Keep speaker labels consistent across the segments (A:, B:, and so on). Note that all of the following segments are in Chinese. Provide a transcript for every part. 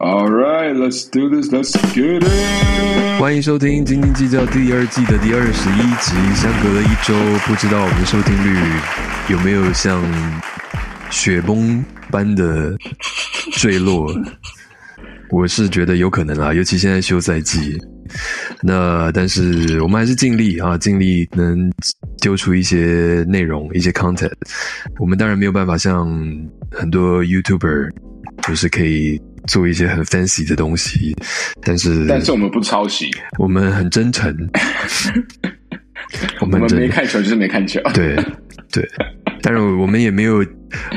A: All right, let's do this. Let's get it.
B: 欢迎收听《斤斤计较》第二季的第二十一集。相隔了一周，不知道我们的收听率有没有像雪崩般的坠落？我是觉得有可能啦，啊尤其现在休赛季。那但是我们还是尽力啊，尽力能丢出一些内容、一些 content。我们当然没有办法像很多 YouTuber，就是可以做一些很 fancy 的东西，但是
A: 但是我们不抄袭，
B: 我们很 真诚，我
A: 我
B: 们很
A: 们没
B: 真
A: 看球就是没 看球。
B: 对对，但是我们也没有，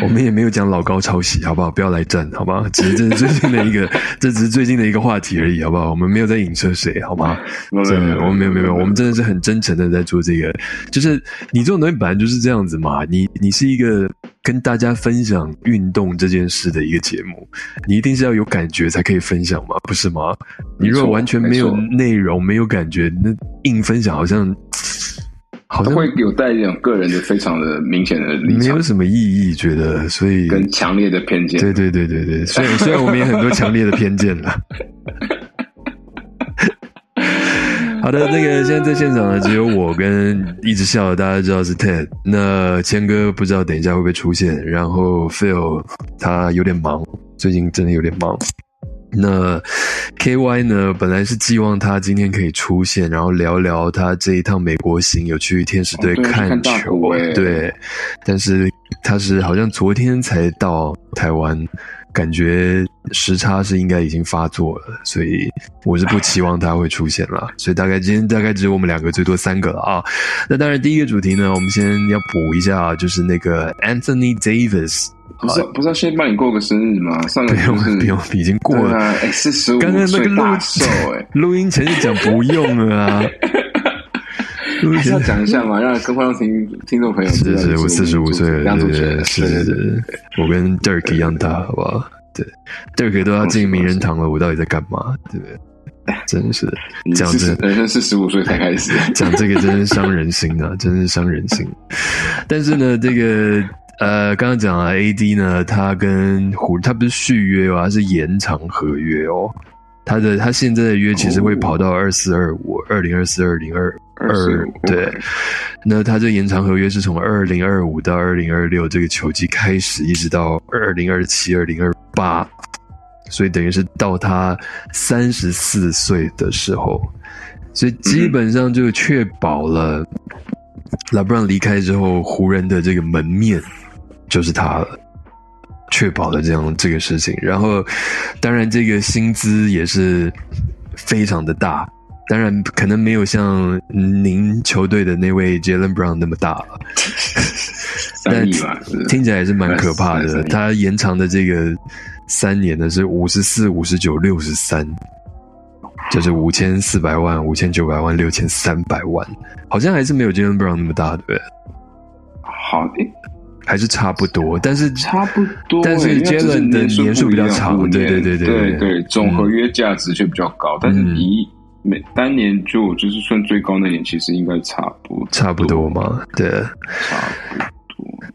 B: 我们也没有讲老高抄袭，好不好？不要来战，好吧？只是这是最近的 一个，这只是最近的一个话题而已，好不好？我们没有在影射谁，好吗？
A: 没有
B: 真
A: 没
B: 的，
A: 有
B: 我们没有没有没有，我们真的是很真诚的在做这个。就是你这种东西本来就是这样子嘛，你你是一个跟大家分享运动这件事的一个节目，你一定是要有感觉才可以分享嘛，不是吗？你如
A: 没
B: 果
A: 错
B: 完全没有
A: 没错
B: 内容、没有感觉，那硬分享好像好
A: 他
B: 像
A: 会有带一点个人的非常的明显的立
B: 没
A: 场
B: 有什么意义，觉得所以
A: 跟强烈的偏见。
B: 对对对 对对，虽然虽然我们也很多强烈的偏见了。好的，那个现在在现场呢，只有我跟一直笑的，大家知道是 Ted。那谦哥不知道等一下会不会出现，然后 Phil 他有点忙，最近真的有点忙。那 KY 呢，本来是寄望他今天可以出现，然后聊聊他这一趟美国行，有去天使队
A: 哦对
B: 看
A: 看
B: 球，
A: 大谷欸
B: 对，但是他是好像昨天才到台湾，感觉时差是应该已经发作了，所以我是不期望他会出现 了。所以大概今天大概只有我们两个，最多三个了啊。那当然，第一个主题呢，我们先要补一下，就是那个 Anthony Davis，
A: 不是不是要先帮你过个生日吗？上个
B: 不
A: 不
B: 用
A: 是
B: 不用，已经过
A: 对
B: 了。
A: 啊，哎，四十五
B: 刚刚那个
A: 岁
B: 录
A: 大寿 哎。
B: 录音前是讲不用了 啊，录音
A: 还是
B: 前
A: 要讲一下嘛，让跟观众听听众朋友知
B: 是
A: 道
B: 是，我四十五岁了，
A: 当主
B: 对
A: 角
B: 对，是是是，我跟 Dirk 一样大，好不好？对，Dirk 都要进名人堂了，我到底在干嘛？对不对？真是
A: 你
B: 讲
A: 四十
B: 真
A: 人生四十五岁才开始，
B: 讲这个真是伤人心啊， 真是伤人心。但是呢，这个呃，刚刚讲了 AD 呢，他跟湖他不是续约哦，他是延长合约哦。他的他现在的约其实
A: 哦
B: 会跑到二四二五、二零二四、二零二二
A: 25
B: 对，那他这延长合约是从二零二五到二零二六这个球季开始，一直到二零二七、二零二八，所以等于是到他三十四岁的时候，所以基本上就确保了拉布朗离开之后，湖人的这个门面就是他了。确保了这样这个事情，然后当然这个薪资也是非常的大，当然可能没有像您球队的那位 Jalen Brown 那么大了，
A: 三亿吧，是
B: 听起来也是蛮可怕
A: 是
B: 的。
A: 是
B: 他延长的这个三年呢是五十四、五十九、六十三，就是五千四百万、五千九百万、六千三百万，好像还是没有 Jalen Brown 那么大，对不对？
A: 好，诶
B: 还是差不多，但是
A: 差不多。
B: 但是
A: 诶因为只
B: Jalen 的
A: 年
B: 年数
A: 不
B: 比
A: 一
B: 较
A: 样
B: 长
A: 五年
B: 对对对
A: 对
B: 对对
A: 对，总合约价值却比较高，但是
B: 嗯
A: 以每单年就就是算最高那年，其实应该差不多，
B: 差不多嘛，对。
A: 差不多。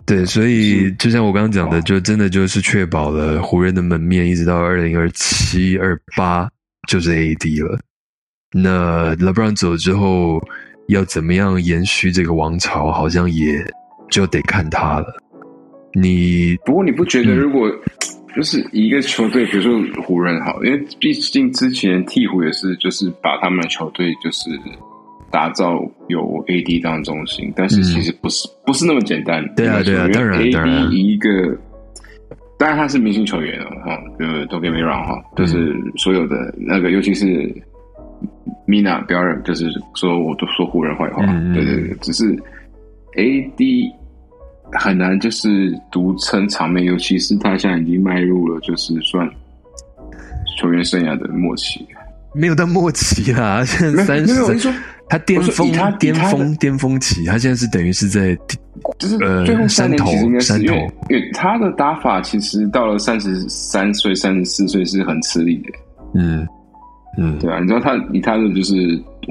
B: 对，所以就像我刚刚讲
A: 哦
B: 的，就真的就是确保了湖人的门面一直到二零二七、二八就是 AD 了。那 LeBron 走之后，要怎么样延续这个王朝，好像也就得看他了。你
A: 不过你不觉得
B: 嗯
A: 如果就是一个球队，比如说湖人好，因为毕竟之前鹈鹕也是就是把他们的球队就是打造有 AD 当中心，但是
B: 嗯
A: 其实不是、不是那么简单。
B: 对啊
A: 应该说
B: 对啊
A: 因为
B: 当然当然
A: AD 一个。当然他是明星球员了哈，就都给没让哈，就是
B: 嗯
A: 所有的那个，尤其是 Mina 不要让，就是说我都说湖人坏话，
B: 嗯嗯
A: 对对对，只是 AD 很难就是独撑场面，尤其是他现在已经迈入了就是算球员生涯的末期。
B: 没有到末期啦，现在
A: 没有
B: 三
A: 没有，我
B: 十
A: 是，说
B: 他巅
A: 我说
B: 峰
A: 以他以他的
B: 巅峰巅峰期，他现在是等于是在
A: 就是
B: 呃
A: 最后三年
B: 山头
A: 其实应该是
B: 山
A: 因
B: 头
A: 为因为他的打法其实到了三十三岁、三十四岁是很吃力的，
B: 嗯嗯，
A: 对啊，你知道他以他的就是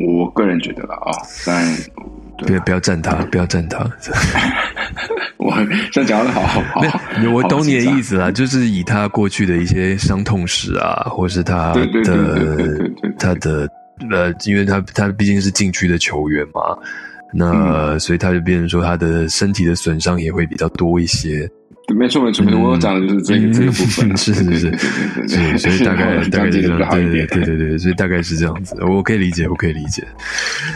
A: 我个人觉得了啊，当然
B: 不要不要站他，不要站他。
A: 我 这讲的好好好，
B: 我懂你的意
A: 思。
B: 思啦，就是以他过去的一些伤痛史啊，或是他
A: 对对对对对
B: 的
A: 对对
B: 他的呃，因为他他毕竟是禁区的球员嘛，那、
A: 嗯
B: 所以他就变成说他的身体的损伤也会比较多一些，
A: 对没错没错没错，
B: 嗯
A: 我讲的就是这个
B: 嗯
A: 这个部分啊。
B: 是是
A: 对
B: 是
A: 对对对
B: 是
A: 对
B: 所以大概
A: 然后
B: 大概
A: 讲解得
B: 是这
A: 比较
B: 样，
A: 好
B: 对
A: 一
B: 对
A: 点。
B: 对对对，所以大概是这样子，我可以理解，我可以理解。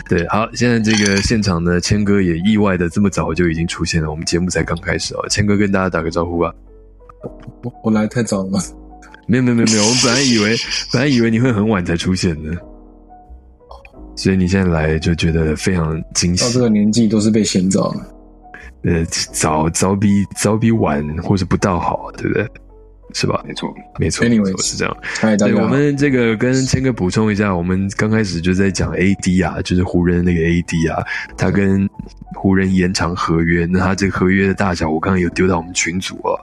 B: 对，好，现在这个现场呢，谦哥也意外的这么早就已经出现了，我们节目才刚开始哦，谦哥跟大家打个招呼吧。
C: 我我来太早了，
B: 没有没有没有没有，我们本来以为本来以为你会很晚才出现的，所以你现在来就觉得非常惊
C: 到这
B: 喜。
C: 个年纪都是被嫌早了。
B: 呃，早早比早比晚或是不到好，对不对？是吧？
A: 没错，
B: 没错
C: Anyways
B: 没错是这样。
C: 嗨，大
B: 对，
C: 家好，
B: 我们这个跟谦哥补充一下，我们刚开始就在讲 AD 啊，就是湖人那个 AD 啊，他跟湖人延长合约，那他这个合约的大小，我刚刚有丢到我们群组哦，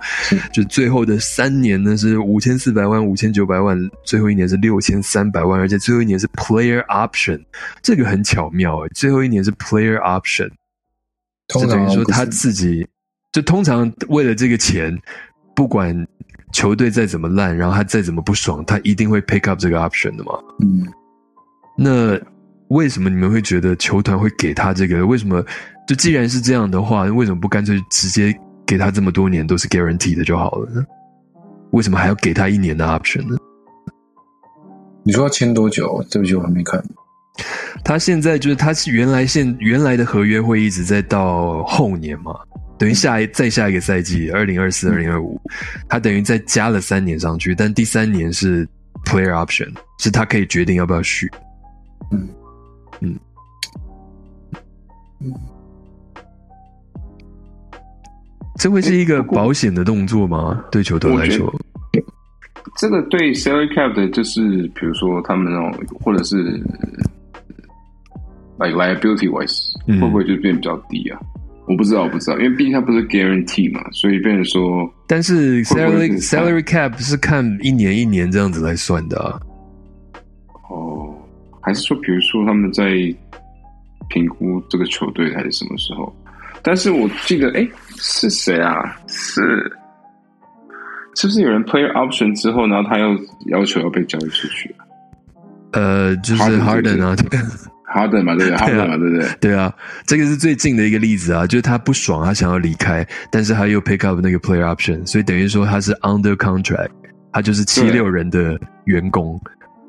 B: 就最后的三年呢是五千四百万、五千九百万，最后一年是六千三百万，而且最后一年是 Player Option，这个很巧妙诶、最后一年是 Player Option，
C: 通
B: 就
C: 常
B: 等于说他
C: 啊不是
B: 自己，就通常为了这个钱，不管球队再怎么烂，然后他再怎么不爽，他一定会 pick up 这个 option 的嘛。
C: 嗯，
B: 那为什么你们会觉得球团会给他这个？为什么就既然是这样的话，为什么不干脆直接给他这么多年都是 guarantee 的就好了呢？为什么还要给他一年的 option 呢？
C: 你说要签多久？对不起，我还没看。
B: 他现在就是他是原来现原来的合约会一直在到后年嘛，等于下一再下一个赛季二零二
A: 嗯
B: 四二零二五，他等于再加了三年上去，但第三年是 player option，是他可以决定要不要续。
C: 嗯
B: 嗯
C: 嗯
B: 这会是一个
A: 诶不过
B: 保险的动作吗？对球团来说，
A: 这个对 salary cap 的，就是比如说他们那种，或者是 like liability wise，、
B: 嗯
A: 会不会就变比较低啊？我不知道，我不知道，因为毕竟它不是 guarantee 嘛，所以变成说，
B: 但是
A: 会不会是看
B: salary salary cap 是看一年一年这样子来算的啊。
A: 哦，还是说，比如说他们在评估这个球队还是什么时候？但是我记得，哎，是谁啊？是是不是有人 player option 之后，然后他又要求要被交易出去
B: 呃，就是
A: Harden，对
B: Harden 啊，
A: ？Harden 嘛，对不对？Harden 嘛，对不对？
B: 对啊，这个是最近的一个例子啊，就是他不爽，他想要离开，但是他又 pick up 那个 player option，所以等于说他是 under contract，他就是七六人的员工，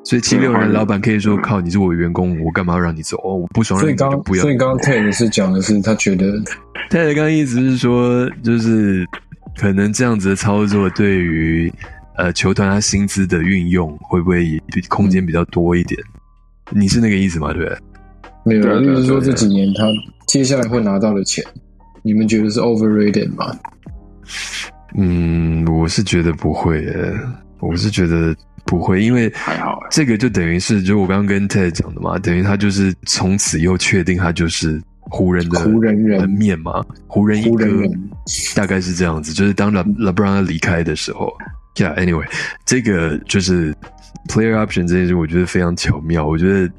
B: 所以七六人老板可以说：“靠，你是我的员工，我干嘛要让你走？哦，我不爽
C: 所
B: 让
C: 以
B: 你走
C: 刚
B: 就不要。啊
C: 所以”刚刚 Ted 是讲的是他觉得
B: 太太刚意思是说，就是可能这样子的操作对于呃球团他薪资的运用会不会空间比较多一点？你是那个意思吗？对不对？
C: 没
A: 对啊
C: 有，
A: 对啊
C: 就是说
A: 对
C: 这
A: 啊
C: 几年他接下来会拿到的钱，你们觉得是 overrated 吗？
B: 嗯，我是觉得不会耶，我是觉得不会，因为
A: 还好耶
B: 这个就等于是，就我刚刚跟 Ted 讲的嘛，等于他就是从此又确定他就是湖人的
C: 湖人人
B: 门面嘛，湖人一嗯
C: 湖
B: 哥，
C: 人人
B: 大概是这样子，就是当 Le LeBron 离开的时候，Yeah，anyway，这个就是 player option 这件事，我觉得非常巧妙，我觉得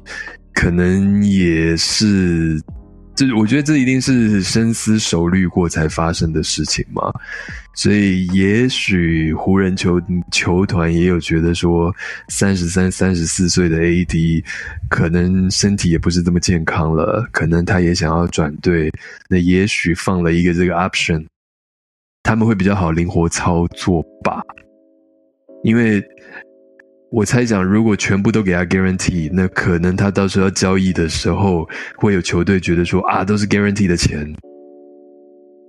B: 可能也是。这我觉得这一定是深思熟虑过才发生的事情嘛，所以也许湖人球球团也有觉得说，三十三、三十四岁的 AD 可能身体也不是这么健康了，可能他也想要转队，那也许放了一个这个 option，他们会比较好灵活操作吧。因为我猜想，如果全部都给他 guarantee，那可能他到时候要交易的时候，会有球队觉得说啊，都是 guarantee 的钱，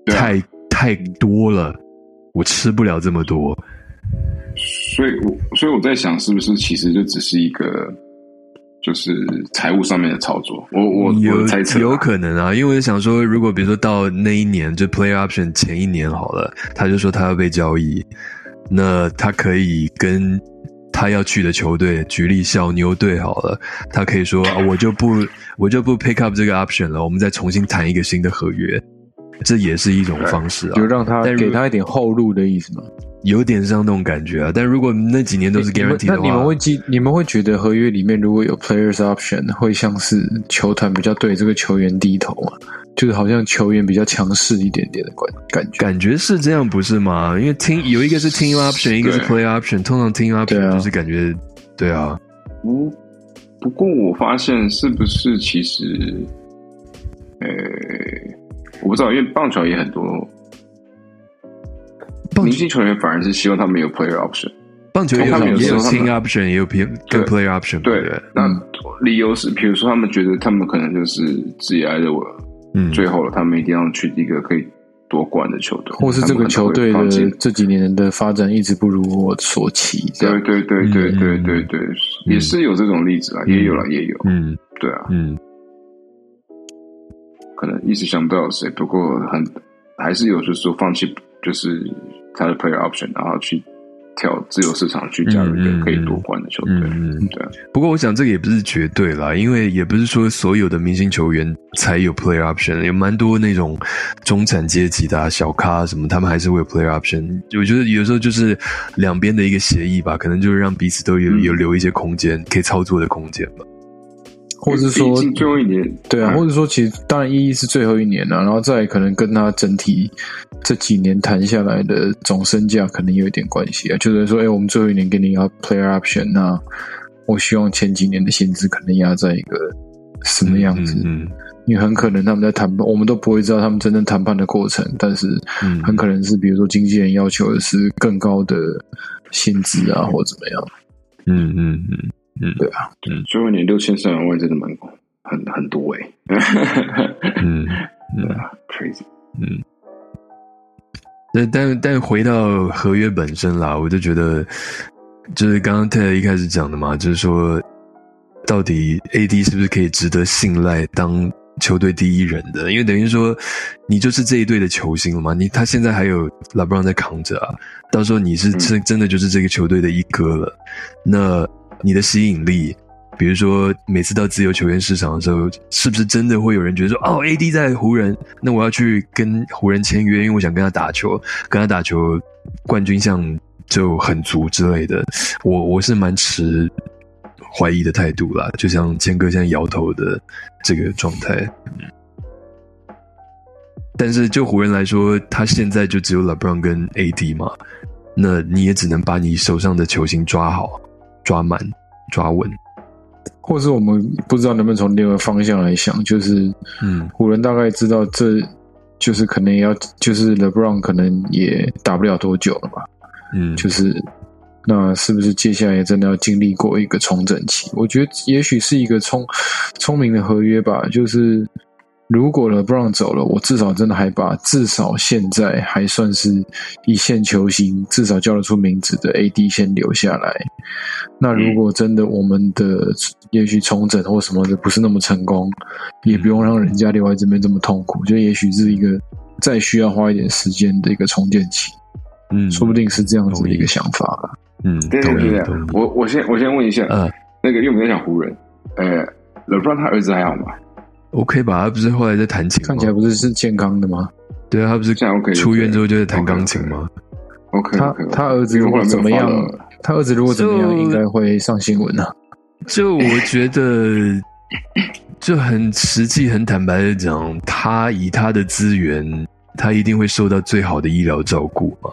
A: 对啊
B: 太太多了，我吃不了这么多。
A: 所以我所以我在想，是不是其实就只是一个就是财务上面的操作？我我我
B: 有
A: 的猜测啊，
B: 有可能啊，因为我想说，如果比如说到那一年，就 player option 前一年好了，他就说他要被交易，那他可以跟他要去的球队，举例小牛队好了，他可以 说、啊、我就不我就不 pick up 这个 option 了，我们再重新谈一个新的合约。这也是一种方式啊，
D: 就让他
B: 但如
D: 给他一点后路的意思嘛。
B: 有点像那种感觉啊。但如果那几年都是
D: 你们
B: guarantee
D: 那
B: 的
D: 你们会
B: 话，
D: 记，你们会觉得合约里面如果有 players option，会像是球团比较对这个球员低头嘛？就是好像球员比较强势一点点的感感觉。
B: 感觉是这样不是吗？因为听有一个是 team option，一个是
A: 嗯对
B: play option，通常 team
D: 对
B: option
D: 啊
B: 就是感觉对啊，
A: 不嗯不过我发现是不是其实，呃，我不知道，因为棒球也很多
B: 棒
A: 明
B: 球
A: 星球员反而是希望他们有 player option。
B: 棒球也
A: 他们
B: 有
A: 有
B: 也
A: 时
B: 有
A: 候他们
B: team option，也有 p 跟
A: 对
B: player option，
A: 对，
B: 不对？
A: 那理由是，比如说他们觉得他们可能就是自己挨着我，
B: 嗯，
A: 最后了，他们一定要去一个可以夺冠的球队，
D: 或是这个球队
A: 他们可能
D: 的
A: 会放弃
D: 这几年的发展一直不如我所期，这
A: 对
D: 样
A: 对对对
B: 嗯
A: 对对对，也是有这种例子啊，也有了，也有，
B: 嗯
A: 对啊，
B: 嗯，
A: 可能一时想不到有谁，不过很还是有，就是说放弃，就是他的 player option，然后去跳自由市场去加入一
B: 嗯嗯
A: 个可以夺冠的球队，
B: 嗯嗯
A: 对啊，
B: 不过我想这个也不是绝对啦，因为也不是说所有的明星球员才有 player option，有蛮多那种中产阶级的、啊、小咖啊什么，他们还是会有 player option。我觉得有时候就是两边的一个协议吧，可能就是让彼此都有
A: 嗯
B: 有留一些空间，可以操作的空间吧。
D: 或是说
A: 毕竟最后一年，
D: 对啊，
A: 嗯
D: 或者说其实当然一一是最后一年啊了、然后再可能跟他整体这几年谈下来的总身价可能有一点关系啊，就是说，哎、我们最后一年给你要 player option，那我希望前几年的薪资可能压在一个什么样子，
B: 嗯
D: 因为很可能他们在谈判，我们都不会知道他们真正谈判的过程，但是
B: 嗯
D: 很可能是比如说经纪人要求的是更高的薪资啊，或怎么样。
B: 嗯嗯嗯
A: 最后一年六千三百万真的蛮很很多哎、
B: 嗯嗯
A: 对啊，crazy。
B: 嗯，但但但回到合约本身啦，我就觉得，就是刚刚 Ted 一开始讲的嘛，就是说，到底 AD 是不是可以值得信赖当球队第一人的？因为等于说，你就是这一队的球星了嘛，你他现在还有 LeBron 在扛着啊，到时候你是真真的就是这个球队的一哥了，那你的吸引力。比如说，每次到自由球员市场的时候，是不是真的会有人觉得说，哦，AD 在湖人，那我要去跟湖人签约，因为我想跟他打球，跟他打球冠军相就很足之类的。我我是蛮持怀疑的态度啦，就像谦哥现在摇头的这个状态。嗯但是就湖人来说，他现在就只有 LeBron 跟 AD 嘛，那你也只能把你手上的球星抓好、抓满、抓稳。
D: 或是我们不知道能不能从另外一个方向来想，就是，
B: 嗯，
D: 湖人大概知道这就是可能要，就是 LeBron 可能也打不了多久了吧，
B: 嗯，
D: 就是那是不是接下来真的要经历过一个重整期？我觉得也许是一个聪聪明的合约吧，就是如果 LeBron 走了，我至少真的还把至少现在还算是一线球星，至少叫得出名字的 AD 先留下来。那如果真的我们的也许重整或什么的不是那么成功，也不用让人家留在这边这么痛苦，就也许是一个再需要花一点时间的一个重建期。
B: 嗯，
D: 说不定是这样子的一
B: 同意
D: 个想法吧。
B: 嗯，
A: 对对
B: 同意
A: 对对
B: 同意，
A: 我我先我先问一下，
B: 嗯
A: 那个因为我们在讲湖人，呃，LeBron 他儿子还好吗？
B: ，OK 吧？他不是后来在弹琴吗？
D: 看起来不是是健康的吗？
B: 对啊，他不是
A: 现在 OK，
B: 出院
A: 对
B: 之后就在弹钢琴吗？
A: OK，
D: 他
A: OK，OK
D: 他儿子如果怎么样
A: 因为我后来没有 follow 了，
D: 他儿子如果怎么
B: 就
D: 样，应该会上新闻啊。
B: 就我觉得，就很实际、很坦白的讲，他以他的资源，他一定会受到最好的医疗照顾嘛。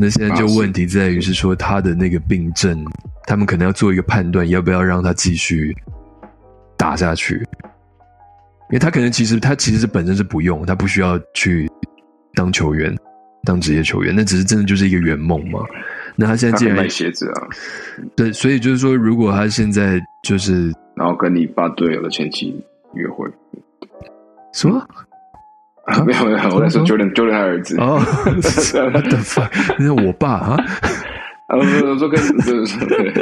B: 那现在就问题在于是说他的那个病症，他们可能要做一个判断，要不要让他继续打下去？因为他可能其实他其实本身是不用，他不需要去当球员、当职业球员，那只是真的就是一个圆梦嘛。那他现在
A: 他
B: 既
A: 可以
B: 然
A: 卖鞋子啊，
B: 对，所以就是说，如果他现在就是
A: 然后跟你爸队友的前妻约会，
B: 什么
A: 没有没有，我在说
B: 怎
A: Jordan Jordan 他儿子，
B: 哦 ，what the fuck？那是我爸啊，
A: 啊，不是我说跟呃就是对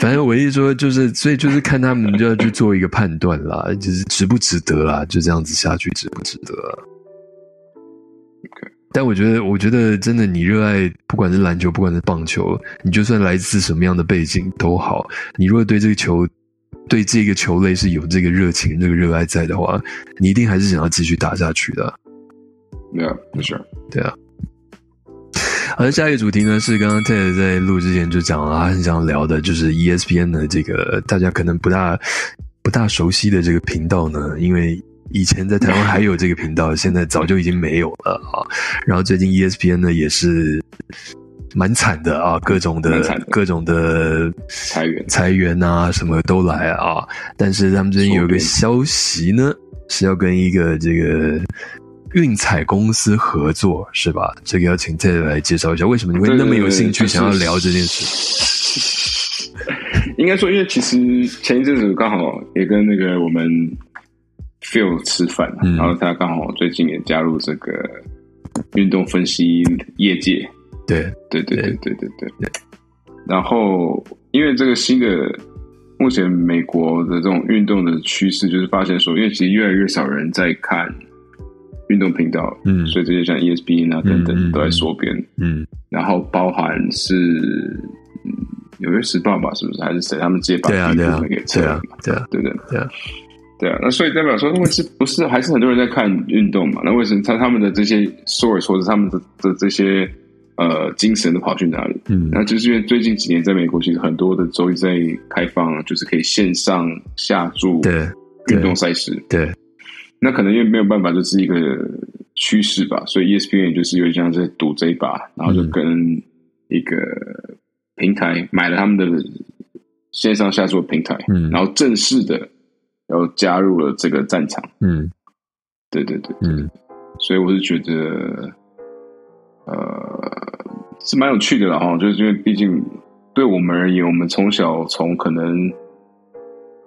B: 反正我一说就是，所以就是看他们就要去做一个判断啦，就是值不值得啦，就这样子下去值不值得啦。但我觉得，我觉得真的，你热爱不管是篮球，不管是棒球，你就算来自什么样的背景都好，你如果对这个球对这个球类是有这个热情、这个热爱在的话，你一定还是想要继续打下去的啊、
A: Yeah, for sure.
B: 对啊。好的，下一个主题呢是刚刚 Ted 在录之前就讲了，他很想聊的就是 E ESPN 的这个大家可能不大不大熟悉的这个频道呢，因为以前在台湾还有这个频道，现在早就已经没有了啊。然后最近 E ESPN 呢也是蛮惨的啊，各种的
A: 蛮惨的
B: 各种的
A: 裁员
B: 裁员啊，什么都来啊。但是他们最近有一个消息呢，是要跟一个这个运彩公司合作，是吧？这个要请 Ted 来介绍一下，为什么你会那么有兴趣想要聊这件事？
A: 事。应该说，因为其实前一阵子刚好也跟那个我们 Phil 吃饭，
B: 嗯
A: 然后他刚好最近也加入这个运动分析业界，
B: 对，
A: 对对对对对对。然后，因为这个新的目前美国的这种运动的趋势，就是发现说，因为其实越来越少人在看运动频道，
B: 嗯
A: 所以这些像 ESPN 啊等
B: 嗯嗯
A: 等
B: 嗯
A: 都在缩编，
B: 嗯
A: 然后包含是嗯纽约时报吧，是不是还是谁？他们直接把
B: 对啊
A: 第一
B: 对啊
A: 部分给撤
B: 对
A: 了
B: 啊
A: 嘛，
B: 对啊
A: 对不对？
B: 对啊，
A: 对啊，那所以代表说，问是不是还是很多人在看运动嘛？那为什么他他们的这些 source 或者他们的的这些呃精神都跑去哪里？
B: 嗯
A: 那就是因为最近几年在美国，其实很多的州在开放，就是可以线上下注
B: 对
A: 运动赛事。
B: 对
A: 那可能因为没有办法，这是一个趋势吧，所以 E ESPN 也就是有点像在赌这一把，然后就跟一个平台买了他们的线上下注的平台，
B: 嗯
A: 然后正式的然后加入了这个战场。
B: 嗯
A: 对对对，
B: 嗯
A: 所以我是觉得，呃，是蛮有趣的啦哈，就是因为毕竟对我们而言，我们从小从可能。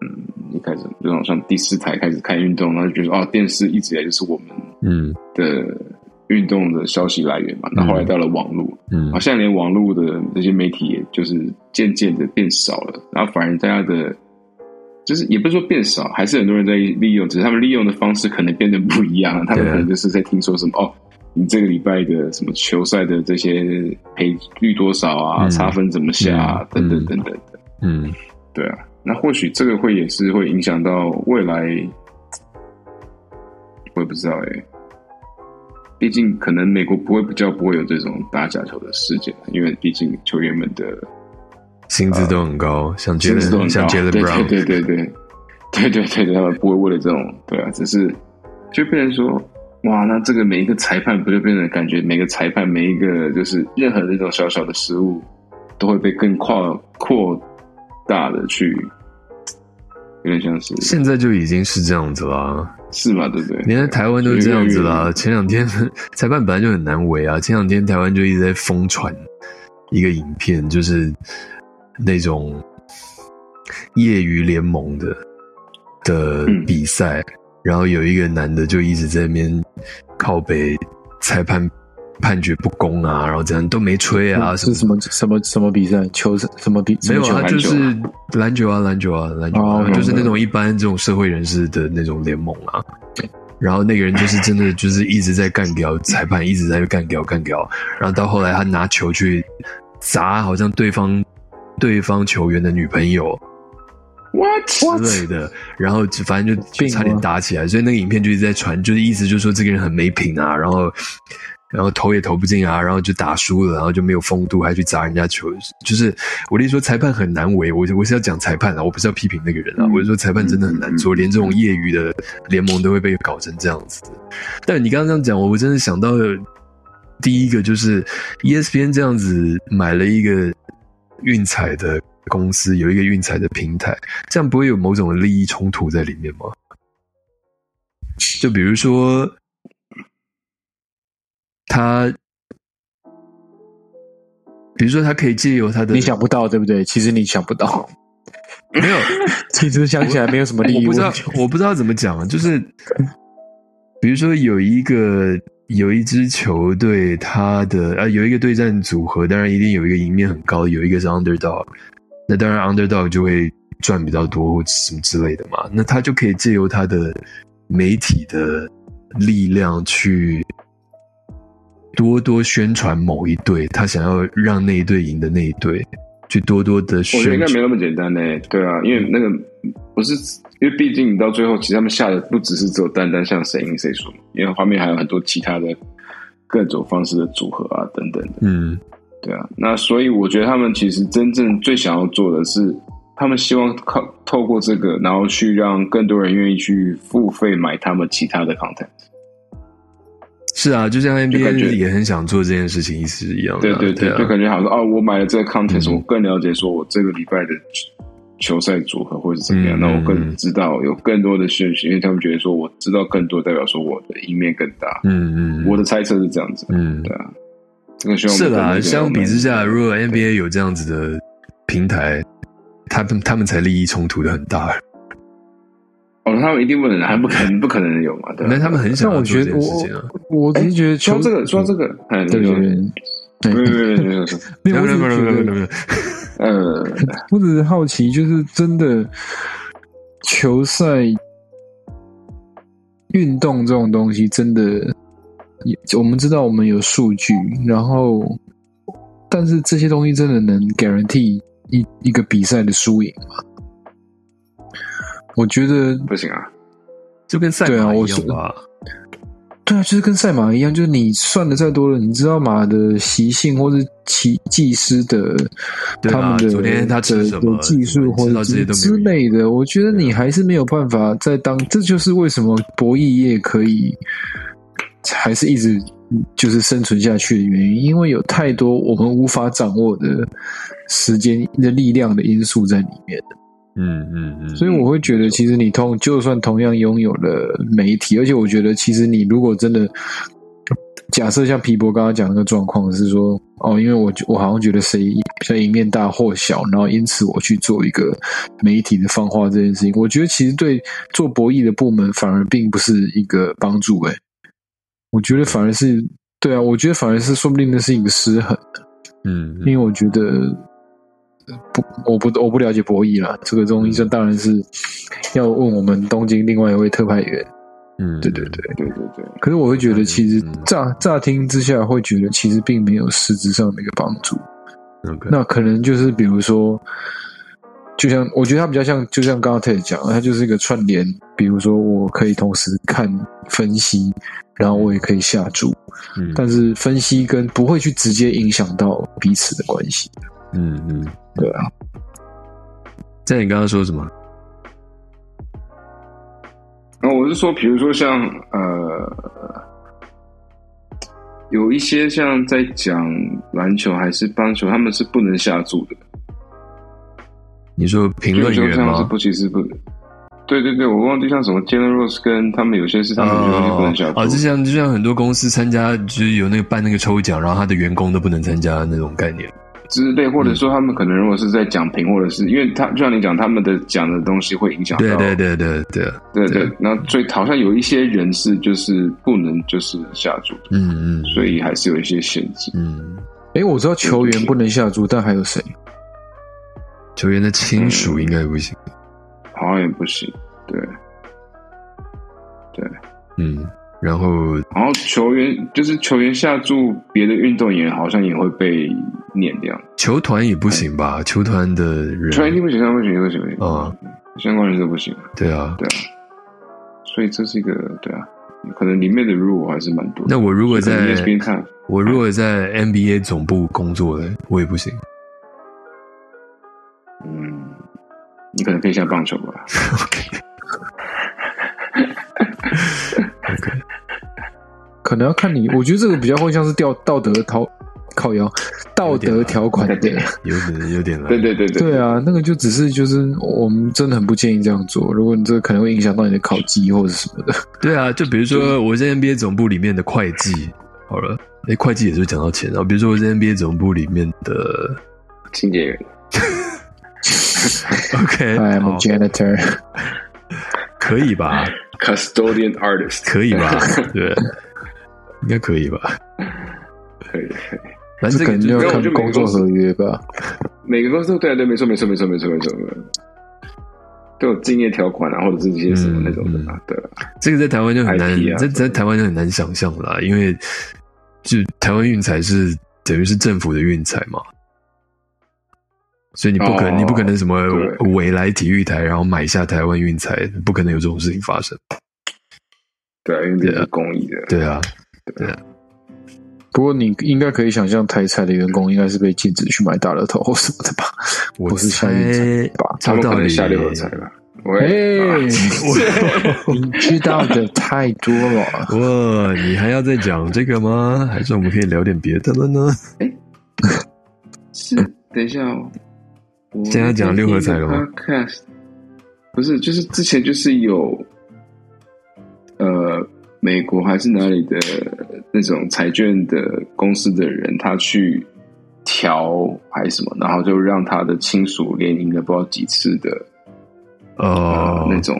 A: 嗯，一开始就好像第四台开始看运动，然后就觉得哦，电视一直以来就是我们
B: 嗯
A: 的运动的消息来源嘛。那后来到了网络，
B: 嗯
A: 好像连网络的这些媒体，也就是渐渐的变少了，然后反而大家的，就是也不是说变少，还是很多人在利用，只是他们利用的方式可能变得不一样了。他们
B: 对啊
A: 可能就是在听说什
B: 嗯
A: 么哦。你这个礼拜的什么球赛的这些赔率多少啊？
B: 嗯
A: 差分怎么下啊？等
B: 嗯
A: 等
B: 嗯
A: 等等。
B: 嗯，
A: 对啊，那或许这个会也是会影响到未来，我也不知道哎、毕竟可能美国不会比较不会有这种打假球的事件，因为毕竟球员们的
B: 薪资都很高，像杰
A: 薪资都很高，
B: 伦像杰伦
A: 对
B: Brown，
A: 对对对对对对对对，他们不会为了这种对啊，只是就变成说。哇，那这个每一个裁判不就变成感觉每个裁判每一个就是任何这种小小的失误，都会被更扩扩大的去，有点像是
B: 现在就已经是这样子了啊。
A: 是嘛，对不对？
B: 连在台湾都是这样子
A: 越来
B: 啦。
A: 越
B: 前两天 裁判本来就很难为啊，前两天台湾就一直在疯传一个影片，就是那种业余联盟的的
A: 嗯
B: 比赛，然后有一个男的就一直在那边靠北裁判判决不公啊，然后怎样都没吹
A: 嗯
B: 啊什
D: 嗯是
B: 么。
D: 什么什么什么比赛？球是什么比？
B: 没有
D: 什么
B: 啊，
D: 球
B: 就
A: 篮球
B: 是篮球啊，篮球啊，篮球
D: 哦
B: 啊，
D: 懂
B: 就是那
A: 了
B: 种一般这种社会人士的那种联盟啊。然后那个人就是真的就是一直在干掉裁判，一直在干掉干掉，然后到后来他拿球去砸，好像对方对方球员的女朋友
A: what
B: 之类的，然后就反正就
D: 病吗
B: 差点打起来，所以那个影片就一直在传，就是意思就是说这个人很没品啊，然后然后投也投不进啊，然后就打输了，然后就没有风度，还去砸人家球，就是我的意思说裁判很难为，我我是要讲裁判啊，我不是要批评那个人啊，
A: 嗯
B: 我是说裁判真的很难做，连这种业余的联盟都会被搞成这样子。但你刚刚这样讲，我我真的想到了第一个就是 E ESPN 这样子买了一个运彩的公司，有一个运彩的平台，这样不会有某种利益冲突在里面吗？就比如说，他，比如说他可以借由他的
D: 你想不到对不对？其实你想不到，
B: 没有，
D: 其实想起来没有什么利
B: 哦 我
D: 益
B: 不知
D: 问
B: 道
D: 题。，
B: 我不知道怎么讲啊，就是比如说有一个有一支球队，它的啊有一个对战组合，当然一定有一个赢面很高，有一个是 underdog，那当然 underdog 就会赚比较多或什么之类的嘛，那他就可以借由他的媒体的力量去。多多宣传某一队，他想要让那一队赢的那一队，去多多的
A: 我觉得
B: 宣
A: 应该
B: 传
A: 没。那么简单呢、对啊，因为那个不是因为毕竟你到最后，其实他们下的不只是只有单单像谁赢谁输，因为画面还有很多其他的各种方式的组合啊等等的，
B: 嗯，
A: 对啊。那所以我觉得他们其实真正最想要做的是，他们希望靠透过这个，然后去让更多人愿意去付费买他们其他的 content。
B: 是啊，就像
A: 就感觉
B: NBA 也很想做这件事情，意思是一样的
A: 对
B: 啊。
A: 对对，
B: 啊
A: 就感觉好像哦，我买了这个 content，、
B: 嗯
A: 我更了解说我这个礼拜的球赛组合或者怎么样，
B: 嗯
A: 那、我
B: 嗯
A: 更知道有更多的讯息，因为他们觉得说我知道更多，代表说我的赢面更大。
B: 嗯嗯，
A: 我的猜测是这样子，
B: 嗯
A: 对啊，这个希望
B: 是啦，
A: 的
B: 相比之下，如果 NBA 有这样子的平台，他们他们才利益冲突的很大，
A: 哦，他们一定不能，还不可能，不可能有嘛？对吧
B: 那他们很想
D: 但
B: 要
D: 我
B: 做
D: 觉
B: 这
D: 得
B: 件事情啊。
D: 我我只是觉
A: 说
D: 得球
A: 到这个，说到这个，哎，
D: 对
A: 对
D: 有
A: 对对，
D: 人
A: 没有没有没有没有，
B: 没有没有没有没有没有
D: 没有，我只是觉
B: 没
D: 得
B: 有，
A: 呃，
D: 我只是好奇，就是真的球赛运动这种东西，真的也我们知道我们有数据，然后但是这些东西真的能 guarantee 一一个比赛的输赢吗？我觉得
A: 不行啊，
B: 就跟赛
D: 对啊
B: 马一
D: 我
B: 样
D: 是
B: 吧。
D: 对啊，就是跟赛马一样，就是你算的再多了，你知道马的习性或是骑技师的
B: 对啊
D: 他们的
B: 昨天他吃
D: 的
B: 什么
D: 的技术
B: 知
D: 或者
B: 道这些都没有啊
D: 之类的，我觉得你还是没有办法再当，这就是为什么博弈业可以还是一直就是生存下去的原因，因为有太多我们无法掌握的时间的力量的因素在里面。
B: 嗯嗯嗯，
D: 所以我会觉得，其实你同就算同样拥有了媒体，而且我觉得，其实你如果真的假设像皮博刚刚讲那个状况是说，哦，因为我我好像觉得谁比较赢面大或小，然后因此我去做一个媒体的放话这件事情，我觉得其实对做博弈的部门反而并不是一个帮助、欸，我觉得反而是对啊，我觉得反而是说不定那是一个失衡。
B: 嗯嗯
D: 因为我觉得呃不，我不我不了解博弈啦，这个东西这当然是要问我们东京另外一位特派员。
B: 嗯，
D: 对对对，
A: 对对对，
D: 可是我会觉得，其实
B: 嗯
D: 乍乍听之下会觉得，其实并没有实质上的一个帮助。
B: ，OK，
D: 那可能就是比如说，就像我觉得它比较像，就像刚刚 Ted 讲的，它就是一个串联。比如说，我可以同时看分析，然后我也可以下注，
B: 嗯
D: 但是分析跟不会去直接影响到彼此的关系。
B: 嗯嗯，
D: 对啊，
B: 在你刚刚说什么？
A: 然后我是说，比如说像呃，有一些像在讲篮球还是棒球，他们是不能下注的。
B: 你说评论
A: 就
B: 员
A: 像是
B: 吗？
A: 不其实不，对对对，我忘记像什么 j a l e n Rose 跟他们有些是他们有些是不能下注。
B: 哦，就像就像很多公司参加就是有那个办那个抽奖，然后他的员工都不能参加那种概念。
A: 之类，
B: 嗯
A: 或者说他们可能如果是在讲评，或者是因为他就像你讲，他们的讲的东西会影响到
B: 对对对对对，
A: 对
B: 对
A: 对，那最好像有一些人是就是不能就是下注的，
B: 嗯嗯，
A: 所以还是有一些限制。
B: 嗯，
D: 诶，我知道球员不能下注，但还有谁？
B: 球员的亲
A: 嗯
B: 属应该不行。
A: 好像也不行。对，
B: 嗯，然后
A: 然后球员就是球员下注，别的运动员好像也会被念掉。
B: 球团也不行吧？球团的
A: 传一定
B: 人
A: 不行，不行，不行，不行，
B: 啊，
A: 相关人都不行。
B: 对啊。
A: 对啊，所以这是一个对啊，可能里面的 rule 还是蛮多的。E
B: 那我如果
A: 所以可能
B: 在
A: ESPN 看，
B: 我如果在 NBA 总部工作的，我也不行。
A: 嗯，你可能可以下棒球吧。
B: OK，
D: 可能要看你，我觉得这个比较会像是掉道德条靠腰道德条款
A: 有
D: 的。
A: 点
B: 有点有点难。
A: 对对对
D: 对啊，那个就只是就是我们真的很不建议这样做。如果你这个可能会影响到你的考绩或者什么的，
B: 对啊，就比如说我在 NBA 总部里面的会计，好了，哎，会计也是讲到钱啊。比如说我在 NBA 总部里面的
A: 清洁员
B: OK，
D: I'm
B: 好
D: a janitor，
B: 可以吧？
A: （custodian artist）
B: 可以吧？对，应该可以吧？
A: 可以。可以
B: 反
D: 这
B: 正 个
D: 可能就
B: 就
D: 要
A: 那我
D: 看
A: 就没
D: 工作
A: 公司
D: 合约吧。
A: 每个公司都对啊对，没错没错没错没错没错，没错都有敬业条款啊，或者是一些什么那种的嘛。对啊，
B: 这个在台湾就很难
A: IP，啊
B: 在在台湾就很难想象啦，因为就台湾运彩是等于是政府的运彩嘛，所以你不可能，
A: 哦
B: 你不可能什么
A: 对
B: 围来体育台，然后买下台湾运彩，不可能有这种事情发生。
A: 对啊，因为这是公益的，
B: 对啊，
D: 不过你应该可以想象，台彩的员工应该是被禁止去买大乐透或什么的吧？
B: 我
D: 不是下运
B: 猜
D: 彩吧？
A: 他
B: 照
A: 们
B: 道
A: 可能
B: 理
A: 下六合彩吧。
D: 哎、
A: 喂，啊
D: 你知道的太多了。
B: 哇，你还要再讲这个吗？还是我们可以聊点别的了呢？
A: 是等一下哦，我
B: 嗯现在要讲六合彩了吗
A: Podcast 不是，就是之前就是有，呃，美国还是哪里的那种彩券的公司的人，他去调还是什么，然后就让他的亲属连赢了不知道几次的呃
B: 哦、
A: 啊那种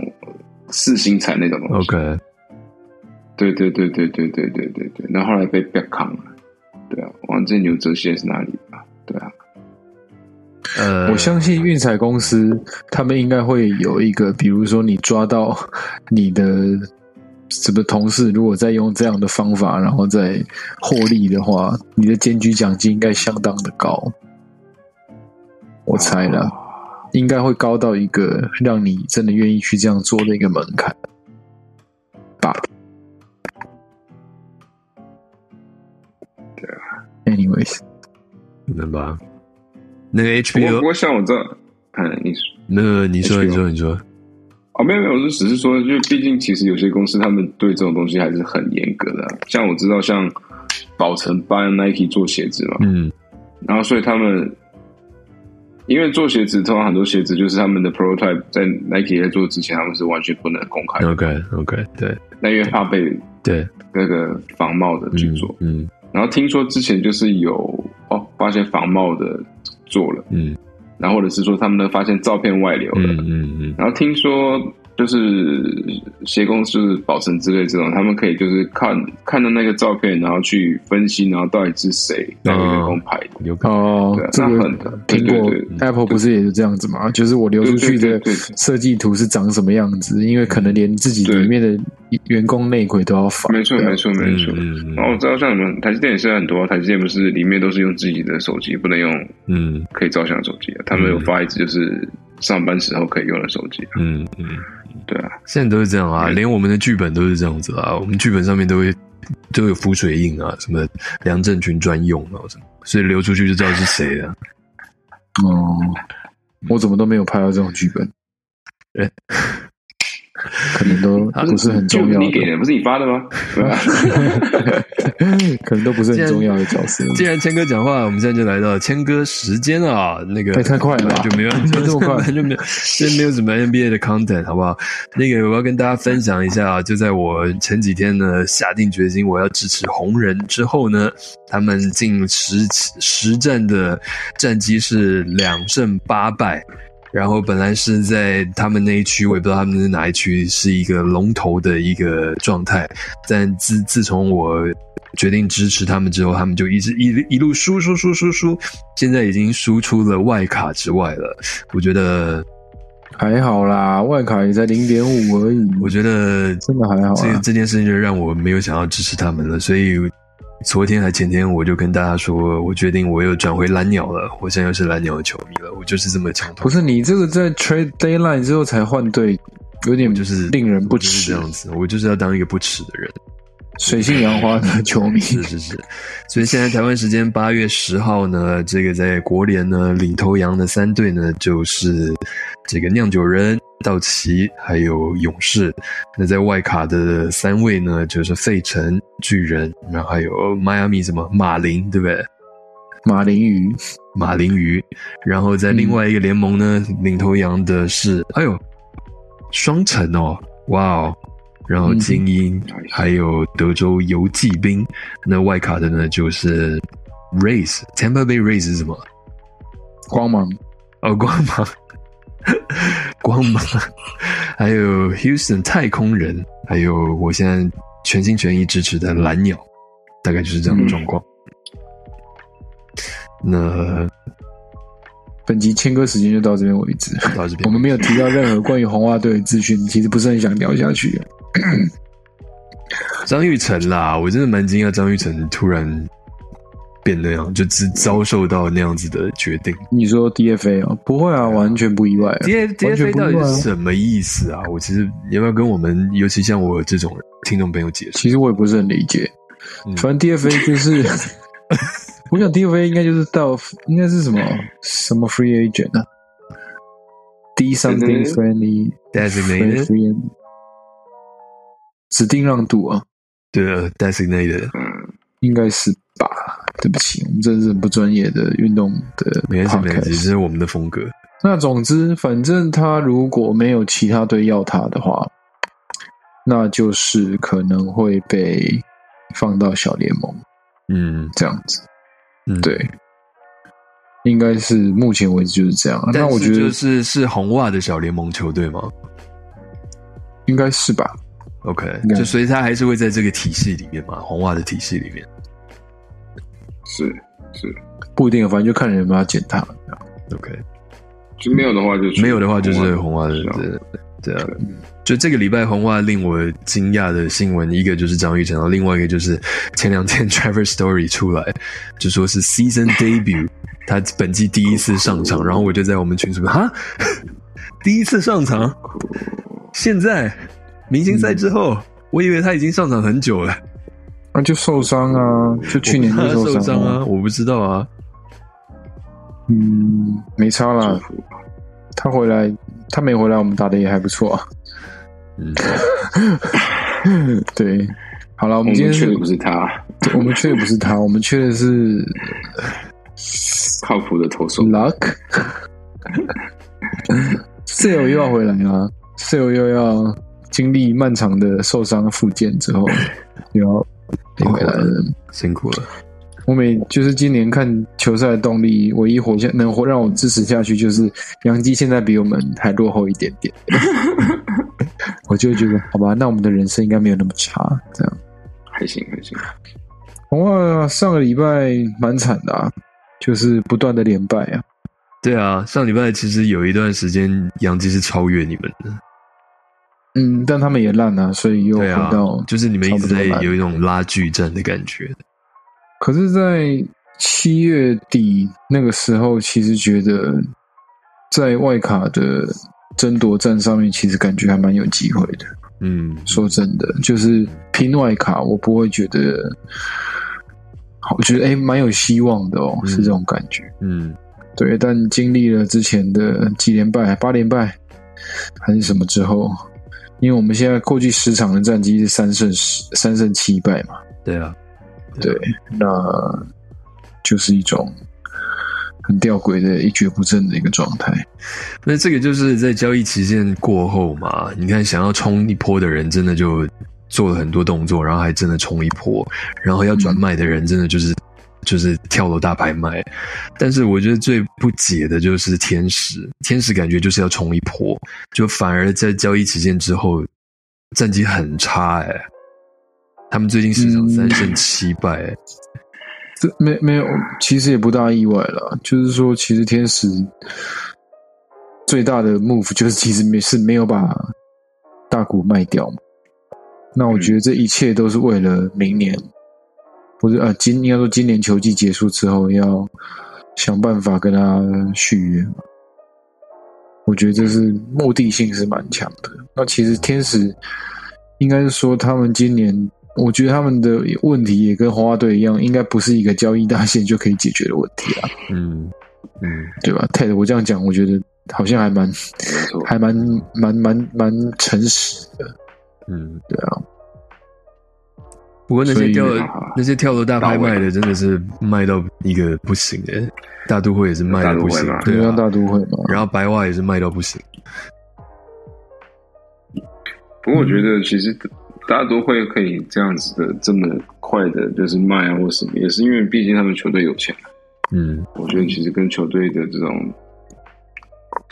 A: 四星彩那种东西。
B: ，OK，
A: 对对对对对对对对对，然后后来被被扛了，对啊，忘记纽泽西还是哪里吧，对啊，
B: 呃，
D: 我相信运彩公司他们应该会有一个，比如说你抓到你的什么同事，如果再用这样的方法，然后再获利的话，你的检举奖金应该相当的高。我猜了，应该会高到一个让你真的愿意去这样做的一个门槛。吧。Anyways，
B: 可能吧。那个
A: 不过不
B: HBO，
A: 过像我这，嗯，你说
B: 没有，你说，
A: HBO
B: 你说，你说，
A: 哦，没有没有，我就只是说，就毕竟其实有些公司他们对这种东西还是很严格的啊、像我知道像宝城帮 Nike 做鞋子嘛，
B: 嗯，
A: 然后所以他们因为做鞋子，通常很多鞋子就是他们的 prototype 在 Nike 在做之前，他们是完全不能公开的，
B: OK，OK，、对
A: 那因为怕被
B: 对，
A: 那个仿冒的去
B: 嗯
A: 做。
B: 嗯
A: 然后听说之前就是有哦，发现仿冒的做了，
B: 嗯
A: 然后或者是说他们的发现照片外流
B: 嗯
A: 了，
B: 嗯嗯，
A: 然后听说就是鞋公司、宝城之类这种，他们可以就是看看到那个照片，然后去分析，然后到底是谁
D: 嗯
A: 哪个员工拍的。
B: 嗯有可能，
D: 哦
A: 对啊，
D: 这
A: 那
D: 个
A: 很对
D: 苹果
A: 对对
D: Apple 不是也是这样子吗？就是我流出
A: 对
D: 去
A: 对
D: 的
A: 对对
D: 设计图是长什么样子，因为可能连自己
A: 对
D: 里面的员工内鬼都要反。啊
A: 没错，没错，没哦错。
B: 嗯嗯
A: 然后我知道，像你们台积电也是很多，台积电不是里面都是用自己的手机，不能用
B: 嗯
A: 可以照相的手机、啊。他们有
B: 嗯
A: 发一支就是上班时候可以用的手机、啊。
B: 嗯嗯，
A: 对啊，
B: 现在都是这样啊，连我们的剧本都是这样子啊，我们剧本上面都会都有浮水印啊，什么梁振群专用啊什么，所以流出去就知道是谁啊 了。
D: 哦，我怎么都没有拍到这种剧本
B: 哎，
D: 可能都啊不是很重
A: 就
D: 要
A: 你给的，不是你发的吗？对啊，
D: 的， 可能都不是很重要的角色。
B: 既然谦哥讲话，我们现在就来到谦哥时间啊，那个
D: 哎太快了吧
B: 本来就没有
D: 没 这么快
B: 本来就没有，这没有什么 NBA 的 content，好不好？那个我要跟大家分享一下啊，就在我前几天呢下定决心我要支持红人之后呢，他们近十十战的战绩是两胜八败。然后本来是在他们那一区，我也不知道他们是哪一区，是一个龙头的一个状态。但自自从我决定支持他们之后，他们就一直一路一路输输输输输，现在已经输出了外卡之外了。我觉得，
D: 还好啦，万卡也才零点五而已，
B: 我觉得
D: 真的还好
B: 这
D: 啊。
B: 这件事情就让我没有想要支持他们了，所以昨天还前天我就跟大家说，我决定我又转回蓝鸟了，我现在又是蓝鸟的球迷了，我就是这么强
D: 不
B: 头，
D: 是你这个在 Trade Deadline 之后才换队，有点
B: 就是
D: 令人不
B: 我就是
D: 齿
B: 这。样子，我就是要当一个不耻的人。
D: 水性杨花的球迷，
B: 是是是，所以现在台湾时间八月十号呢，这个在国联呢领头羊的三队呢就是这个酿酒人、道奇还有勇士。那在外卡的三位呢就是费城、巨人，然后还有迈阿密什么马林，对不对？
D: 马林鱼，
B: 马林鱼。然后
D: 嗯
B: 在另外一个联盟呢，领头羊的是哎呦双城哦，哇哦。然
D: 嗯
B: 后精英，还有德州游骑兵，那外卡的呢就是 Rays，Tampa Bay Rays 是什么？
D: 光芒
B: 哦， 光芒，光芒，还有 Houston 太空人，还有我现在全心全意支持的蓝鸟，大概就是这样
D: 嗯
B: 的状况。那
D: 本集切割时间就到这边为止。
B: 到这边，
D: 我们没有提到任何关于红袜队的资讯，其实不是很想聊下去。
B: 张玉成啦，我真的蛮惊讶，张玉成突然变那样，就只遭受到那样子的决定。
D: 你说 DFA 啊？不会啊，完全不意外、啊。
B: D A D
D: 完
B: F
D: 全
B: A
D: 不意
B: 到
D: 外啊
B: 底是什么意思啊？我其实你要不要跟我们，尤其像我这种听众朋友解释？
D: 其实我也不是很理解，
B: 嗯
D: 反正 DFA 就是，我想 DFA 应该就是到应该是什么什么 free agent 啊，D something friendly
B: Designated，
D: free agent，指定让渡啊，
B: 对呃，designated，
D: 应该是吧？对不起，我们真是很不专业的运动的
B: 没关系，没关系，这
D: podcast。
B: 是我们的风格。
D: 那总之，反正他如果没有其他队要他的话，那就是可能会被放到小联盟
B: 嗯
D: 这样子。
B: 嗯，
D: 对，应该是目前为止就是这样。啊那
B: 但
D: 我
B: 是
D: 觉
B: 就
D: 得
B: 是是红袜的小联盟球队吗
D: 应该是吧。
B: ？OK，
D: 对
B: 就所以他还是会在这个体系里面嘛，红袜的体系里面。
A: 是是，
D: 不一定，反正就看人有没有要捡他。
B: OK，
A: 就没有的话就
B: 没有的话就是红袜的，
A: 是啊
B: 对对啊
A: 对。
B: 就这个礼拜红袜令我惊讶的新闻，一个就是张玉成，然后另外一个就是前两天 Trevor Story 出来，就说是 season debut，他本季第一次上场，然后我就在我们群组哈， 第一次上场，现在明星赛之后，我以为他已经上场很久了，
D: 那就受伤啊，就去年
B: 我
D: 就
B: 不 知道他受伤。
D: 伤
B: 啊，我不知道啊，
D: 嗯，没差
A: 祝
D: 啦。
A: 福
D: 他回来，他没回来，我们打的也还不错 啊。
B: 嗯，
D: 对，好了，我
A: 我
D: 们
A: 们
D: 今天
A: 缺
D: 是
A: 的不是他，
D: 我们缺的不是他，我们缺的 是
A: 靠谱的投手。
D: luck。室友又要回来啦，室友又要经历漫长的受伤复健之后，又要回来了。
B: 辛苦了，
D: 我每就是今年看球赛的动力，唯一活下能活让我支持下去，就是杨基现在比我们还落后一点 点，我就会觉得好吧，那我们的人生应该没有那么差。这样，
A: 还行还行，
D: 红袜上个礼拜蛮惨的、啊，就是不断的连败啊。
B: 对啊，上礼拜其实有一段时间杨基是超越你们的。
D: 嗯，但他们也烂啊，所以又回
B: 对啊
D: 到、，
B: 就是你们一直在
D: 差不多吧
B: 有一种拉锯战的感觉。
D: 可是，在七月底那个时候，其实觉得在外卡的争夺战上面，其实感觉还蛮有机会的。
B: 嗯，
D: 说真的，就是拼外卡，我不会觉得，好，我觉得哎，诶蛮、有希望的哦，
B: 嗯
D: 是这种感觉。
B: 嗯，
D: 对，但经历了之前的几连败、八连败还是什么之后，因为我们现在过去十场的战绩是三胜十、三胜七败嘛，
B: 对啊，
D: 对，那就是一种很吊诡的一蹶不振的一个状态。
B: 那这个就是在交易期限过后嘛，你看想要冲一波的人，真的就做了很多动作，然后还真的冲一波，然后要
D: 嗯
B: 转卖的人，真的就是、就是跳楼大拍卖。但是我觉得最不解的就是天使，天使感觉就是要冲一波，就反而在交易期限之后战绩很差哎、他们最近十场
D: 嗯
B: 三胜七败、哎
D: 这没没有，其实也不大意外了。就是说，其实天使最大的 move 就是其实没是没有把大股卖掉嘛。那我觉得这一切都是为了明年，不是呃今应该说今年球季结束之后要想办法跟他续约嘛。我觉得这是目的性是蛮强的。那其实天使应该是说他们今年，我觉得他们的问题也跟红花队一样，应该不是一个交易大线就可以解决的问题啊，
B: 嗯嗯。
D: 对吧？Ted，我这样讲，我觉得好像还蛮
A: 没错，
D: 还蛮蛮蛮蛮诚实的。
B: 嗯，
D: 对
B: 啊。不过那
D: 所
B: 些
D: 以
B: 跳
A: 啊
B: 那些跳楼大拍卖
A: 大
B: 的，
A: 卫
B: 真的是卖到一个不行哎、大都会也是卖到不行
A: 大都会嘛，
B: 对
D: 你
B: 啊
D: 像。大都会嘛，
B: 然后白袜也是卖到不行，
A: 不过我觉得其实大家都会可以这样子的这么快的，就是卖啊或什么，也是因为毕竟他们球队有钱。
B: 嗯
A: 我觉得其实跟球队的这种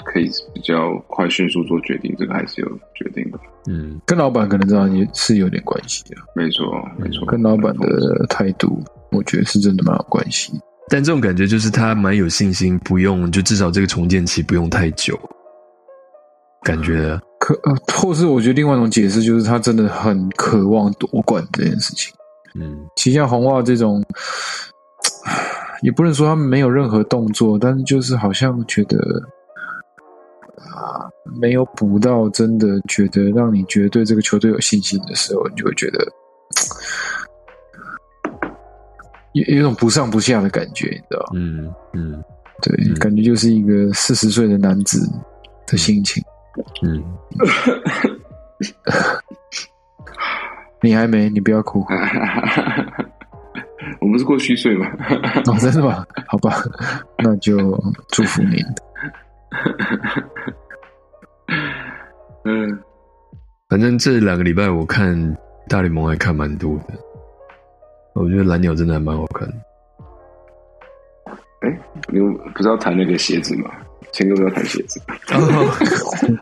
A: 可以比较快迅速做决定，这个还是有决定的。
B: 嗯
D: 跟老板可能这样也是有点关系的，啊
A: 没错，没错，。
D: 跟老板的态度，我觉得是真的蛮有关系。
B: 但这种感觉就是他蛮有信心，不用就至少这个重建期不用太久，感觉
D: 可呃，或是我觉得另外一种解释就是他真的很渴望夺冠这件事情。
B: 嗯
D: 旗下红袜这种，也不能说他们没有任何动作，但是就是好像觉得啊、没有补到，真的觉得让你觉得对这个球队有信心的时候，你就会觉得有有一种不上不下的感觉，你知道吗？
B: 嗯嗯
D: 对，
B: 嗯
D: 感觉就是一个四十岁的男子的心情。
B: 嗯，
D: 你还没，你不要哭
A: 我们是过虚岁嘛，
D: 哦，真的吗？ 好吧，那就祝福你。
A: 嗯，
B: 反正这两个礼拜我看大联盟还看蛮多的，我觉得蓝鸟真的还蛮好看的。
A: 你们不是要谈那个鞋子吗？谦哥不要谈鞋子，
B: 哦，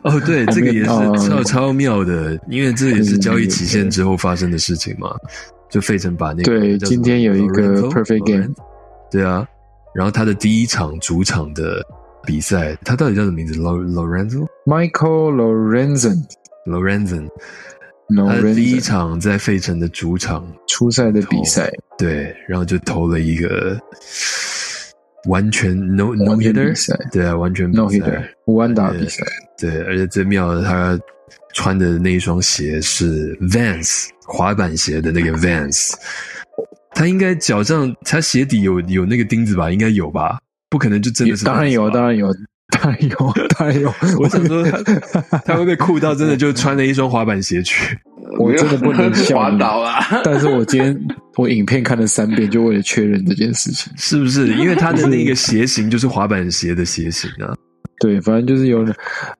B: 哦，对，这个也
D: 啊
B: 是超超妙的，因为这也是交易期限之后发生的事情嘛。就费城把那个
D: 对
B: 叫什么
D: 今天有一个
B: Lorenzo-
D: perfect game
B: Lorenzo？对啊，然后他的第一场主场的比赛，他到底叫什么名字？Lo- Lorenzo
D: Michael Lorenzen，Lorenzen
B: Lorenzo，他的第一场在费城的主场，
D: 初赛的
B: 哦
D: 比赛，
B: 对，然后就投了一个完全 no no
D: 完全比
B: hitter，
D: 赛
B: 对啊，完全比
D: No
B: 赛哎
D: hitter，无安打比赛，
B: 对，而且最妙的，他穿的那一双鞋是 Vans 滑板鞋的那个 Vans，他应该脚上他鞋底有有那个钉子吧？应该有吧？不可能就真的是
D: 当然有，
B: 的。
D: 当然有，当然有， 当然有。
B: 我想说 他，他会被酷到真的就穿了一双滑板鞋去。
D: 我真的不 能笑你
A: 滑倒啊啦。
D: 但是我今天我影片看了三遍，就为了确认这件事情。
B: 是不是？因为他的那个鞋型就是滑板鞋的鞋型啊。
D: 对，反正就是有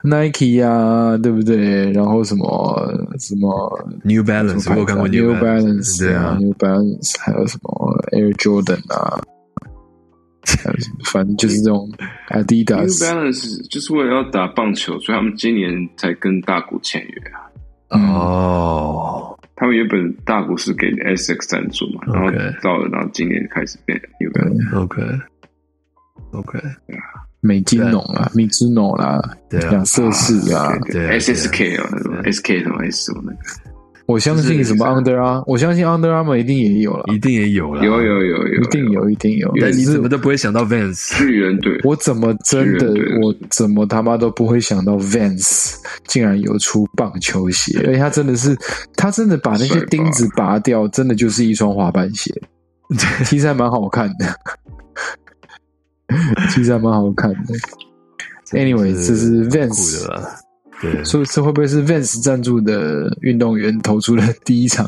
D: Nike 啊，对不对？然后什么什么
B: New
D: 什
B: Balance，
D: 么
B: 我有看过
D: 牌子啊
B: New
D: New Balance，
B: 对啊，
D: ，New Balance，还有什么 Air Jordan 啊，还有什么反正就是 这种
A: New
D: Adidas，
A: Balance 就是为了要打棒球，所以他们今年才跟大谷签约啊。
D: 嗯
B: 哦，
A: 他们原本大谷是给 SX 赞助嘛，然后
B: OK
A: 到了，然后今年开始变 New Balance。
B: OK OK，
D: 美津浓啊，米芝浓啦，
B: 对啊
D: 两，色式啊。
B: 对啊对啊
A: SSK 啊，什么 SK 什么 S 什么那个，
D: 我相信什么
A: 就是
D: Under 啊，我相信 Under Armour 一定也有了，
B: 一定也有了，
A: 有有有有，
D: 一定有，一定有。
B: 但你
D: 只
B: 怎
D: 是
B: 么都不会想到 Vans，
A: 巨人队，
D: 我怎么真的
A: 巨人队
D: 我怎么他妈都不会想到 Vans 竟然有出棒球鞋，而且他真的是他真的把那
A: 帅
D: 些
A: 吧
D: 钉子拔掉，真的就是一双滑板鞋，其实还蛮好看的， 其实还蛮好看的。Anyway，这是
B: 很
D: Vans
B: 酷的啦，对，
D: 所以这会不会是 Vans 赞助的运动员投出的第一场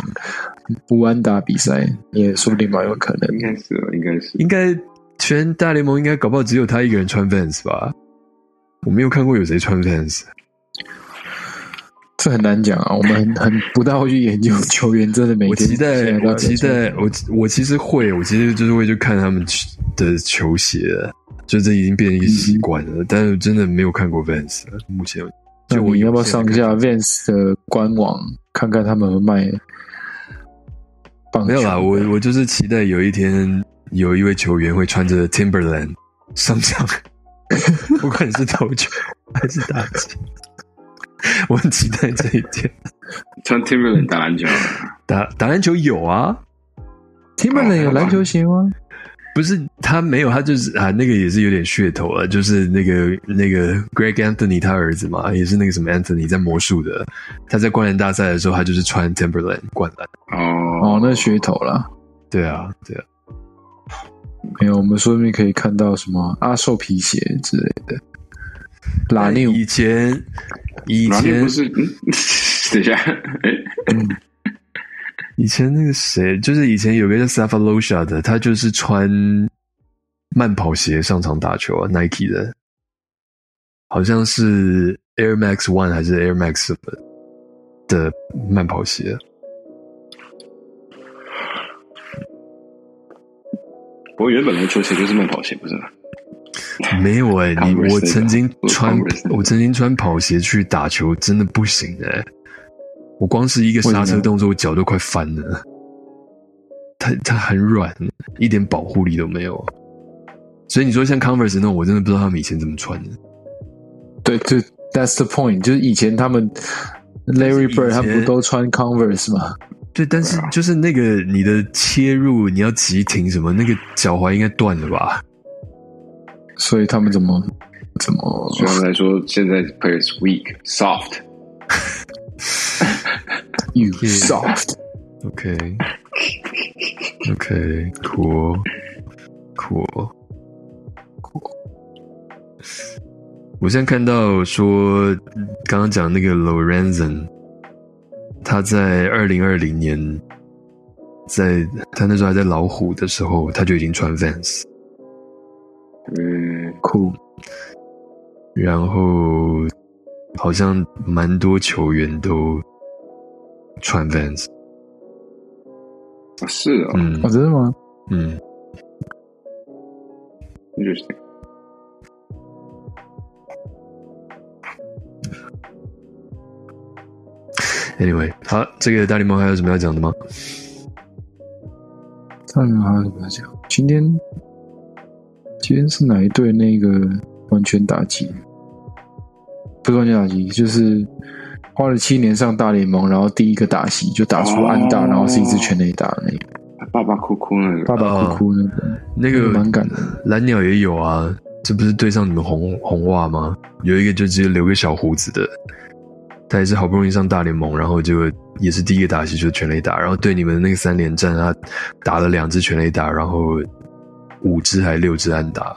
D: 乌安打比赛？也说不定蛮有可能
A: 应。该是应该是
B: 应该全大联盟应该搞不好只有他一个人穿 Vans 吧？我没有看过有谁穿 Vans，
D: 这很难讲啊，我们 很很不大会去研究球员真的每
B: 我
D: 天
B: 期待
D: 现在，到
B: 我期
D: 底在做什
B: 待，
D: 么
B: 我我其实会，我其实就是会去看他们的球鞋，就这已经变成一个习
D: 嗯
B: 惯了。但是真的没有看过 Vans，目前就我
D: 那你要不
B: 有
D: 要
B: 限
D: 上
B: 的
D: 一下 Vans 的官网看看他们有卖棒球？
B: 没有啦，我我就是期待有一天有一位球员会穿着 Timberland 上场， 不管是投球还是打击， 我很期待这一天。
A: 穿 Timberland 打篮球，
B: 打打篮球有啊，哦
D: Timberland 有篮球鞋吗？
B: 不是他没有，他就是啊，那个也是有点噱头啊，就是那个那个 Greg Anthony 他儿子嘛，也是那个什么 Anthony 在魔术的，他在灌篮大赛的时候，他就是穿 Timberland 灌篮。
A: 哦
D: 哦，那噱头啦。
B: 对啊，对啊，
D: 没有，我们说不定可以看到什么阿寿皮鞋之类的。拉妞
B: 以前以
A: 然后那
B: 前
A: 不是，嗯 等一下，哎，
B: 以前那个谁，就是以前有个叫 Safalosha 的，他就是穿慢跑鞋上场打球啊，Nike 的，好像是 Air Max One 还是 Air Max 什么的慢跑鞋。
A: 我原本篮球鞋就是慢跑鞋，不是吗？
B: 没有哎、你
A: Converse
B: 我曾经
D: 啊
A: 那个
B: 穿
A: Converse 那个
B: 我曾经穿跑鞋去打球，真的不行哎、我光是一个刹
D: 为什
B: 车
D: 么
B: 动作，我脚都快翻了。它它很软，一点保护力都没有。所以你说像 Converse 那种，我真的不知道他们以前怎么穿的。
D: 对对，That's the point，就是以前他们 Larry
B: 以前
D: Bird 他不都穿 Converse 吗？
B: 对，但是
A: 对啊
B: 就是那个你的切入，你要急停什么，那个脚踝应该断了吧？
D: 所以他们怎么怎么
A: 所以他们来说，现在 players weak soft。
D: you
B: Yeah.
D: soft？
B: 嗯 OK OK 哦 cool cool。我现在看到说，刚刚讲那个 Lorenzen，他在二零二零年，在他那时候还在老虎的时候，他就已经穿 Vans，
A: 嗯，
D: 酷，
B: 然后好像蛮多球员都穿 Vans，
A: 哦是哦、
B: 嗯
D: 哦，真的吗？
B: 嗯，
A: i n t e r e s t i n g
B: Anyway，好，这个大联盟还有什么要讲的吗？
D: 他们好像怎么讲？今天今天是哪一队那个完全打击？不是完全打击，就是花了七年上大联盟，然后第一个打席就打出安打，
A: 哦
D: 然后是一支全垒打的那个
A: 爸爸哭哭那个
D: 爸爸哭哭那
A: 哦
D: 个，
B: 那
D: 那个
B: 个
D: 蛮感人的。
B: 蓝鸟也有啊，这不是对上你们红红袜吗？有一个就直接留个小胡子的，他也是好不容易上大联盟，然后就也是第一个打席就是全垒打，然后对你们那个三连战，他打了两支全垒打，然后五支还六支安打，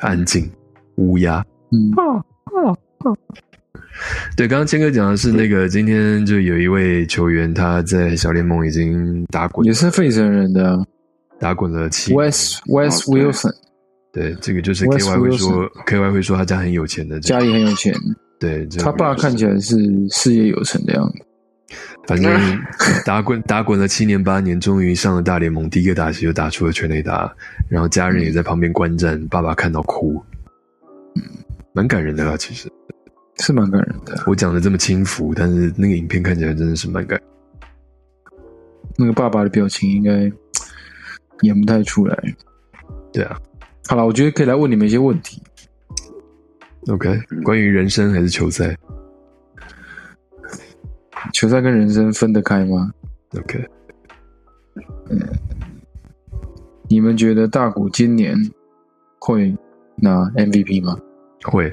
B: 安静乌鸦。
D: 嗯，
B: 对，刚刚谦哥讲的是那个，今天就有一位球员他在小联盟已经打滚
D: 也，是费城人的啊
B: 打滚了七年。
D: Wes Wes
A: 哦对
D: Wilson，
B: 对，这个就是 K
D: Wes
B: Y 会说，K Y 会说他家很有钱的，
D: 家里很有钱，
B: 对，这个
D: 他爸看起来是事业有成的样子。
B: 反正打滚打滚了七年八年，终于上了大联盟，第一个打席就打出了全垒打，然后家人也在旁边观战，爸爸看到哭，蛮感人的啦。其实
D: 是蛮感人的，
B: 我讲的这么轻浮，但是那个影片看起来真的是蛮感人。
D: 那个爸爸的表情应该演不太出来。
B: 对啊
D: 好了，我觉得可以来问你们一些问题。
B: ，OK，关于人生还是球赛
D: 球赛跟人生分得开吗？
B: ，OK。
D: 你们觉得大谷今年会拿 MVP 吗？
B: 会，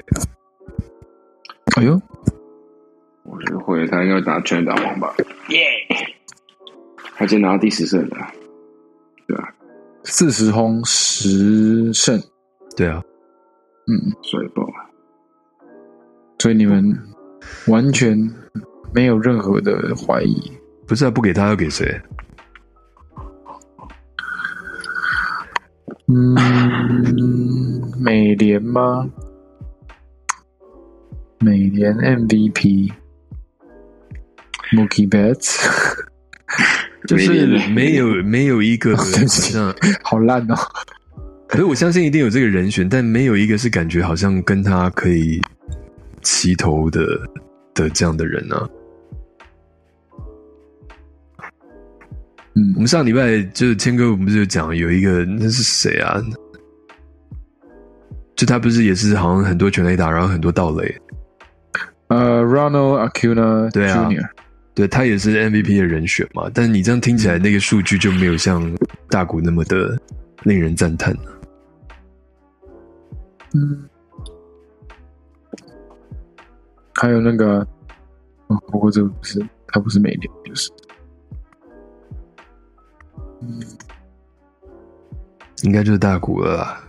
D: 哎呦，
A: 我觉得会，他应该拿全垒打王吧。耶、他今天拿到第十胜了，
D: 四十轰十胜，
B: 对啊，
D: 嗯，
A: 所以不好
D: 所以你们完全没有任何的怀疑。
B: 不是啊，不给他要给谁？
D: 嗯，美联吗？美联 MVP。Mookie Betts，
B: 就是
A: 没人
B: 没有没有一 个
D: 哦对
B: 好
D: 不起
B: 像，
D: 好烂哦！
B: 可是我相信一定有这个人选，但没有一个是感觉好像跟他可以齐头的的这样的人啊。
D: 嗯
B: 我们上礼拜就是谦哥，我们不是有讲有一个那是谁啊？就他不是也是好像很多全垒打，然后很多盗垒，
D: 呃，Ronald Acuna
B: 对啊
D: Jr.，、
B: 对他也是 MVP 的人选嘛。但你这样听起来，那个数据就没有像大谷那么的令人赞叹。
D: 嗯，还有那个，嗯，不过这个不是，它不是美联，就是
B: 应该就是大谷了啦。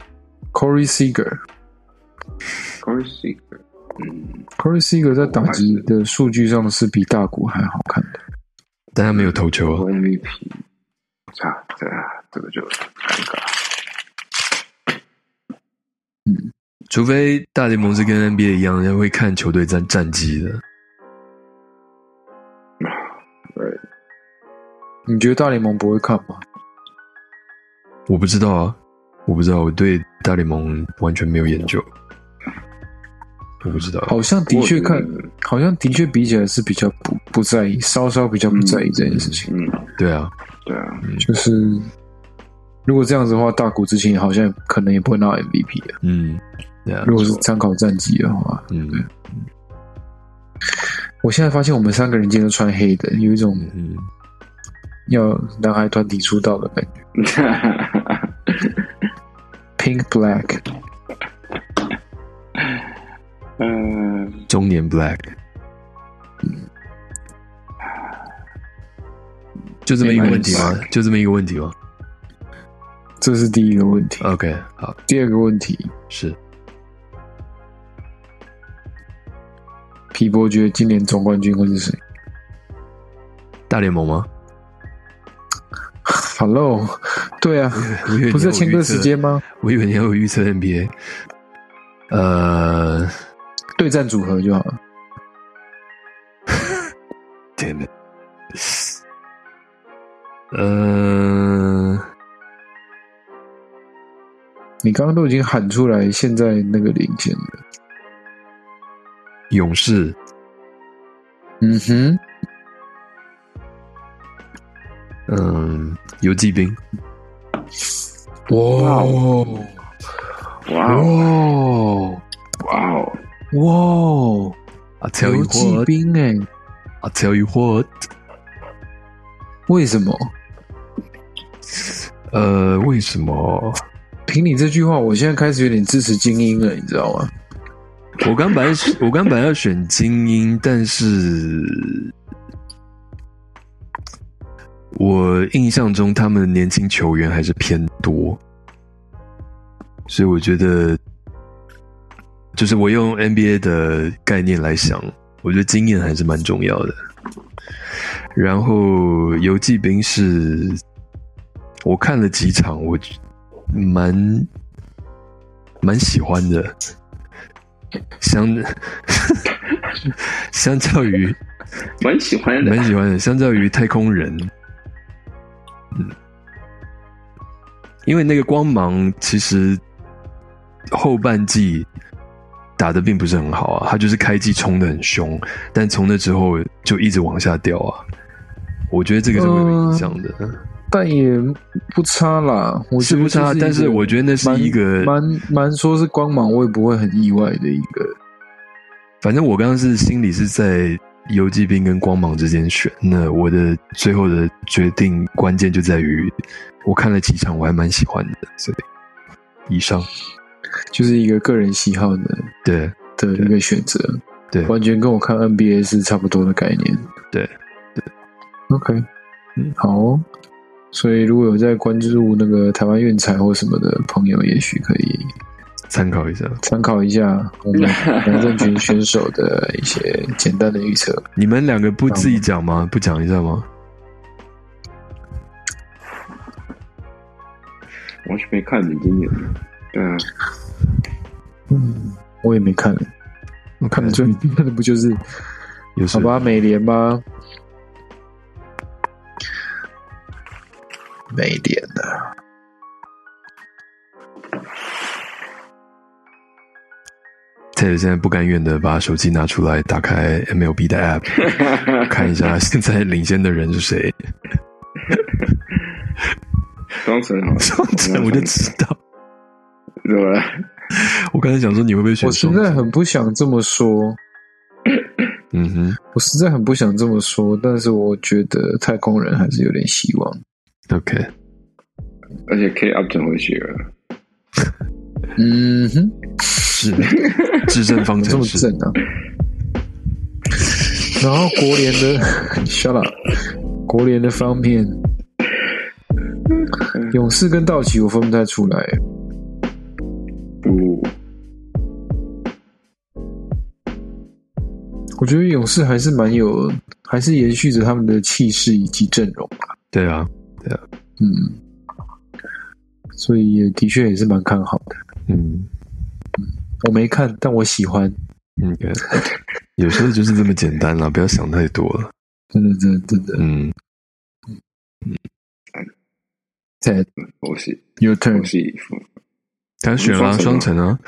D: Corey Seager。
A: c o r s i 嗯，
D: Corey Seager 在打击的数据上是比大谷还好看的，
B: 但他没有投球
A: 我
B: 啊。
A: MVP，啊，这这个就尴尬。
B: 除非大联盟是跟 NBA 一样，要会看球队战战绩的。
A: 对，
D: 你觉得大联盟不会看吗？
B: 我不知道啊，我不知道，我对大联盟完全没有研究。我不知道，
D: 好像的确看
A: 呃我觉得，
D: 好像的确比起来是比较不不在意，稍稍比较不在意这件事情。
A: 嗯，
B: 对啊，
A: 对啊，
D: 就是如果这样子的话，大谷之前好像可能也不会拿 MVP 的。
B: 嗯，对啊，
D: 如果是参考战绩的话，
B: 嗯，
D: 我现在发现我们三个人今天都穿黑的，有一种
B: 嗯，
D: 要男孩团体出道的感觉。Pink Black，
A: 嗯，
B: 中年 black，就这么一个问题吗？就这么一个问题吗
D: 这是第一个问题。
B: ？OK，好，
D: 第二个问题，
B: 是
D: 皮博觉得今年总冠军会是谁
B: 大联盟吗？
D: ？Hello，对啊，
B: 我以为你要
D: 不是
B: 我
D: 前
B: 预
D: 段
B: 测
D: 时间吗？
B: 我以为你要我预测 NBA，呃
D: 对战组合就好了。
B: ，damn it，呃，
D: 你刚刚都已经喊出来，现在那个领先了。
B: 勇士，
D: 嗯哼，
B: 嗯，游击兵，
D: 哇哦，
A: 哇哦
B: 哇
A: 哇哦，
B: 哇哦！I tell
D: 游
B: you
D: 击
B: what,
D: 兵哎、
B: I tell you what，
D: 为什么？
B: 呃，为什么？
D: 凭你这句话，我现在开始有点支持精英了，你知道吗？
B: 我刚本来是我刚本来要选精英，但是我印象中他们年轻球员还是偏多，所以我觉得，就是我用 NBA 的概念来想，我觉得经验还是蛮重要的。然后游击兵是，我看了几场，我蛮蛮喜欢的。相 相较于
A: 蛮喜欢的
B: 蛮。喜欢的，相较于太空人，嗯，因为那个光芒其实后半季打的并不是很好啊，他就是开季冲的很凶，但从那之后就一直往下掉啊。我觉得这个是会有影响的，
D: 但也不差啦，哦我
B: 是
D: 觉得
B: 不是啊？
D: 这一个
B: 但是我觉得那是
D: 蛮
B: 一个
D: 蛮蛮说是光芒，我也不会很意外的一个。
B: 反正我刚刚是心里是在游击兵跟光芒之间选，那我的最后的决定关键就在于我看了几场，我还蛮喜欢的，所以以上
D: 就是一个个人喜好的
B: 对
D: 的一个选择，
B: 对
D: 完全跟我看 NBA 是差不多的概念，
B: 对
D: 对，OK，
B: 嗯
D: 好哦、所以如果有在关注那个台湾运彩或什么的朋友，也许可以
B: 参考一下。
D: 参考一下 我们梁振群选手的一些简单的预测。
B: 你们两个不自
D: 嗯
B: 己讲吗？不讲一下吗？
A: 我是没看你今年，嗯，
D: 嗯，我也没看，
B: 我
D: 看的最 看的不就是
B: 哎有
D: 好
B: 什么？
D: 吧，美联吧，美联啊的、
B: t e 现在不甘愿的把手机拿出来，打开 MLB 的 App，看一下现在领先的人是谁。
A: 双城
D: 嗯
A: 好了，
B: 双城我就知道，
A: 怎么了？
B: 我刚才想说你会不会选
D: 我实
B: 双
D: 在
B: 城？
D: 很不想这么说，
B: 嗯哼
D: 我实在很不想这么说，但是我觉得太空人还是有点希望。
B: ，OK，
A: 而且 K up 转回去了，
D: 嗯哼，
B: 是制胜方
D: 怎么这
B: 程
D: 么
B: 式。
D: 正 啊？然后国联的，shut up，国联的方面，勇士跟道奇我分不太出来。
A: 不，
D: 我觉得勇士还是蛮有，还是延续着他们的气势以及阵容。
B: 对啊，
D: 嗯，所以也的确也是蛮看好的。
B: 嗯
D: 我没看，但我喜欢。
B: 嗯，对有时候就是这么简单啦，不 要想太多了。
D: 真的，真的，真的。
B: 嗯，
D: Ted,
A: 我是
D: your
A: 我
D: turn。
A: 是衣服，
B: 他选了啊
A: 双
B: 双
A: 城
B: 城啊，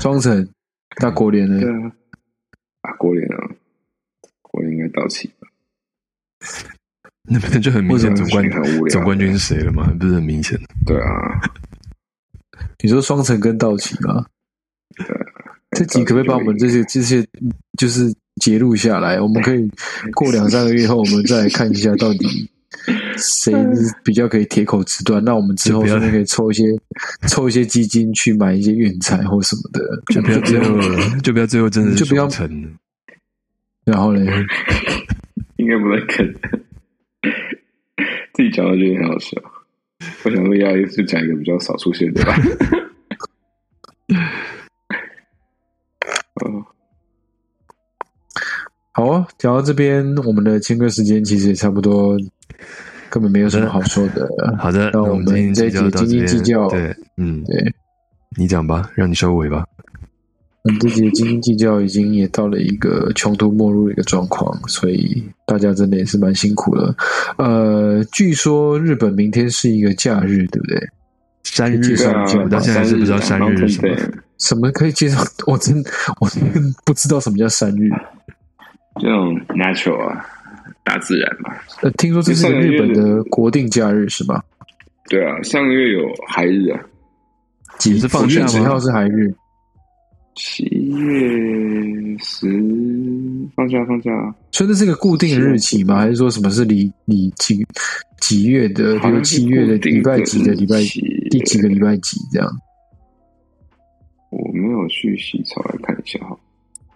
D: 双城，大国联
A: 对
D: 呢？
A: 啊，啊，国联啊，国联应该到期吧，
B: 那不就很明显总冠
A: 很无聊，
B: 总冠军是谁了吗？不是很明显。
A: 对啊，
D: 你说双城跟道奇吗？这集可不可以把我们这些这些就是截录下来，我们可以过两三个月后，我们再来看一下到底谁是比较可以铁口直断。那我们之后
B: 就不要
D: 顺便可以抽一些抽一些基金去买一些运彩或什么的，
B: 就不要最 后，就不要最后真的是
D: 就不要
B: 双城了
D: 然后嘞，
A: 应该不太可能。自己讲到觉得很好笑，我想说要一次讲一个比较少出现 的吧。哦，
D: 好啊，讲到这边，我们的切割时间其实也差不多，根本没有什么好说的。
B: 好的，
D: 那
B: 那
D: 我
B: 我
D: 们
B: 们今
D: 这一
B: 天就
D: 集
B: 到这
D: 斤斤
B: 边。
D: 计较
B: 对，嗯，
D: 对，
B: 你讲吧，让你收尾吧。
D: 我们这集的斤斤计较已经也到了一个穷途末路的一个状况，所以大家真的也是蛮辛苦了。呃，据说日本明天是一个假日，对不对？
B: 三日
D: 介
A: 对
D: 绍
A: 啊
D: 一下吧，
B: 我到现在还是不知道三日是什么
A: Mountain 啊 Day
D: 什么可以介绍？我真 我真不知道什么叫三日。
A: 这种 natural 啊，大自然嘛。
D: 呃，听说这是一个日本的国定假日是吧？
A: 对啊，上个月有海日啊，
D: 几
B: 是放假吗
D: 十号是海日，
A: 七月十放假放假啊，
D: 所以这是一个固定的日期吗？还是说什么是离离几几月的，比
A: 好
D: 如
A: 像是
D: 七月的
A: 固定
D: 礼拜几的礼拜
A: 日期
D: 第几个礼拜几这样？
A: 我没有去洗澡来看一下哈。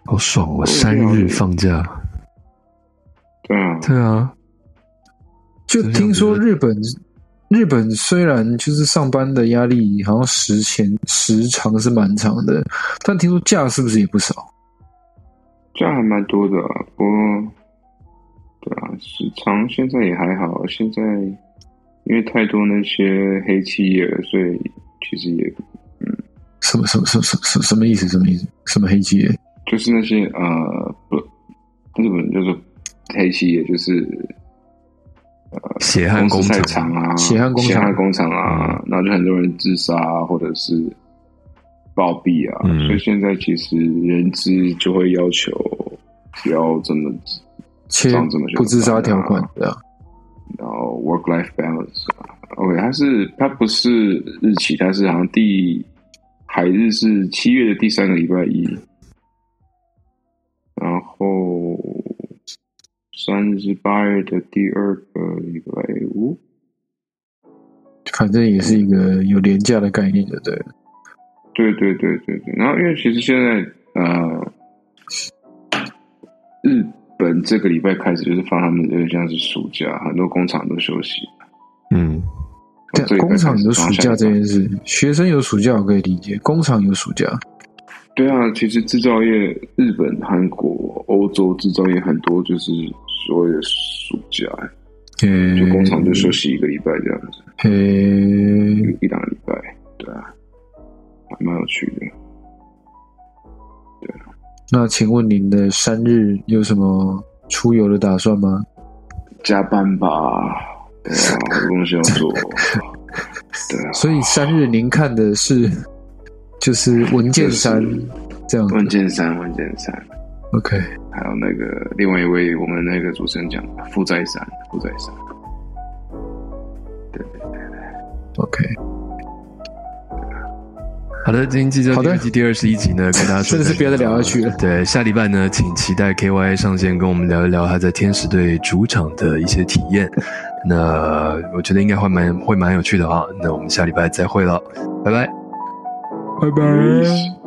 B: 好爽哦！
A: 我
B: 三
D: 哎
B: 日放假，
A: 对啊，
B: 对啊，
D: 就听说日本，日本虽然就是上班的压力好像时前时长是蛮长的，但听说假是不是也不少？
A: 这样还蛮多的、啊，不过对啊，时长现在也还好，现在因为太多那些黑企业了，所以其实也
D: 什么什么什么什么什么什么意思？什么意思？什么黑企业？
A: 就是那些呃不，日本叫做黑企业，就是
B: 血汗工
A: 赛
B: 厂，
A: 场啊，
D: 血汗工厂
A: 血汗工厂啊，
B: 嗯
A: 然后就很多人自杀、啊、或者是暴毙啊，
B: 嗯
A: 所以现在其实人资就会要求不要这么，
D: 切
A: 上这么久
D: 不自杀条款的、
A: 然后 work life balance 啊，OK，它是它不是日期，它是好像第海日是七月的第三个礼拜一，然后三日是八月的第二个礼拜五。
D: 反正也是一个有廉价的概念的，对了。
A: 对对对对对。然后因为其实现在呃，日本这个礼拜开始就是放他们有点像是暑假，很多工厂都休息。
B: 嗯，
A: 从这
D: 但
A: 礼拜
D: 工
A: 开始
D: 厂有暑假
A: 然后下
D: 这
A: 礼拜
D: 件事，学生有暑假我可以理解，工厂有暑假，
A: 对啊，其实制造业，日本、韩国、欧洲制造业很多就是所谓的暑假，
D: 呃，
A: 就工厂就休息一个礼拜这样子，
D: 呃，
A: 一两个礼拜，对啊，还蛮有趣的。
D: 那请问您的三日有什么出游的打算吗？
A: 加班吧，对 啊，好多东西要做，对啊，
D: 所以三日您看的是就是文件山
A: 就是
D: 这样子
A: 问剑三，问剑三。
D: ，OK，
A: 还有那个另外一位我们那个主持人讲的负债三，负债三，
D: OK，
B: 好的，今天记者
D: 好的
B: 第二集第二十一集 呢，跟大家说
D: 真的是别的聊下去了。
B: 对，下礼拜呢，请期待 KY 上线，跟我们聊一聊他在天使队主场的一些体 验。那我觉得应该会蛮会蛮有趣的啊。那我们下礼拜再会了，拜拜。
D: 拜拜。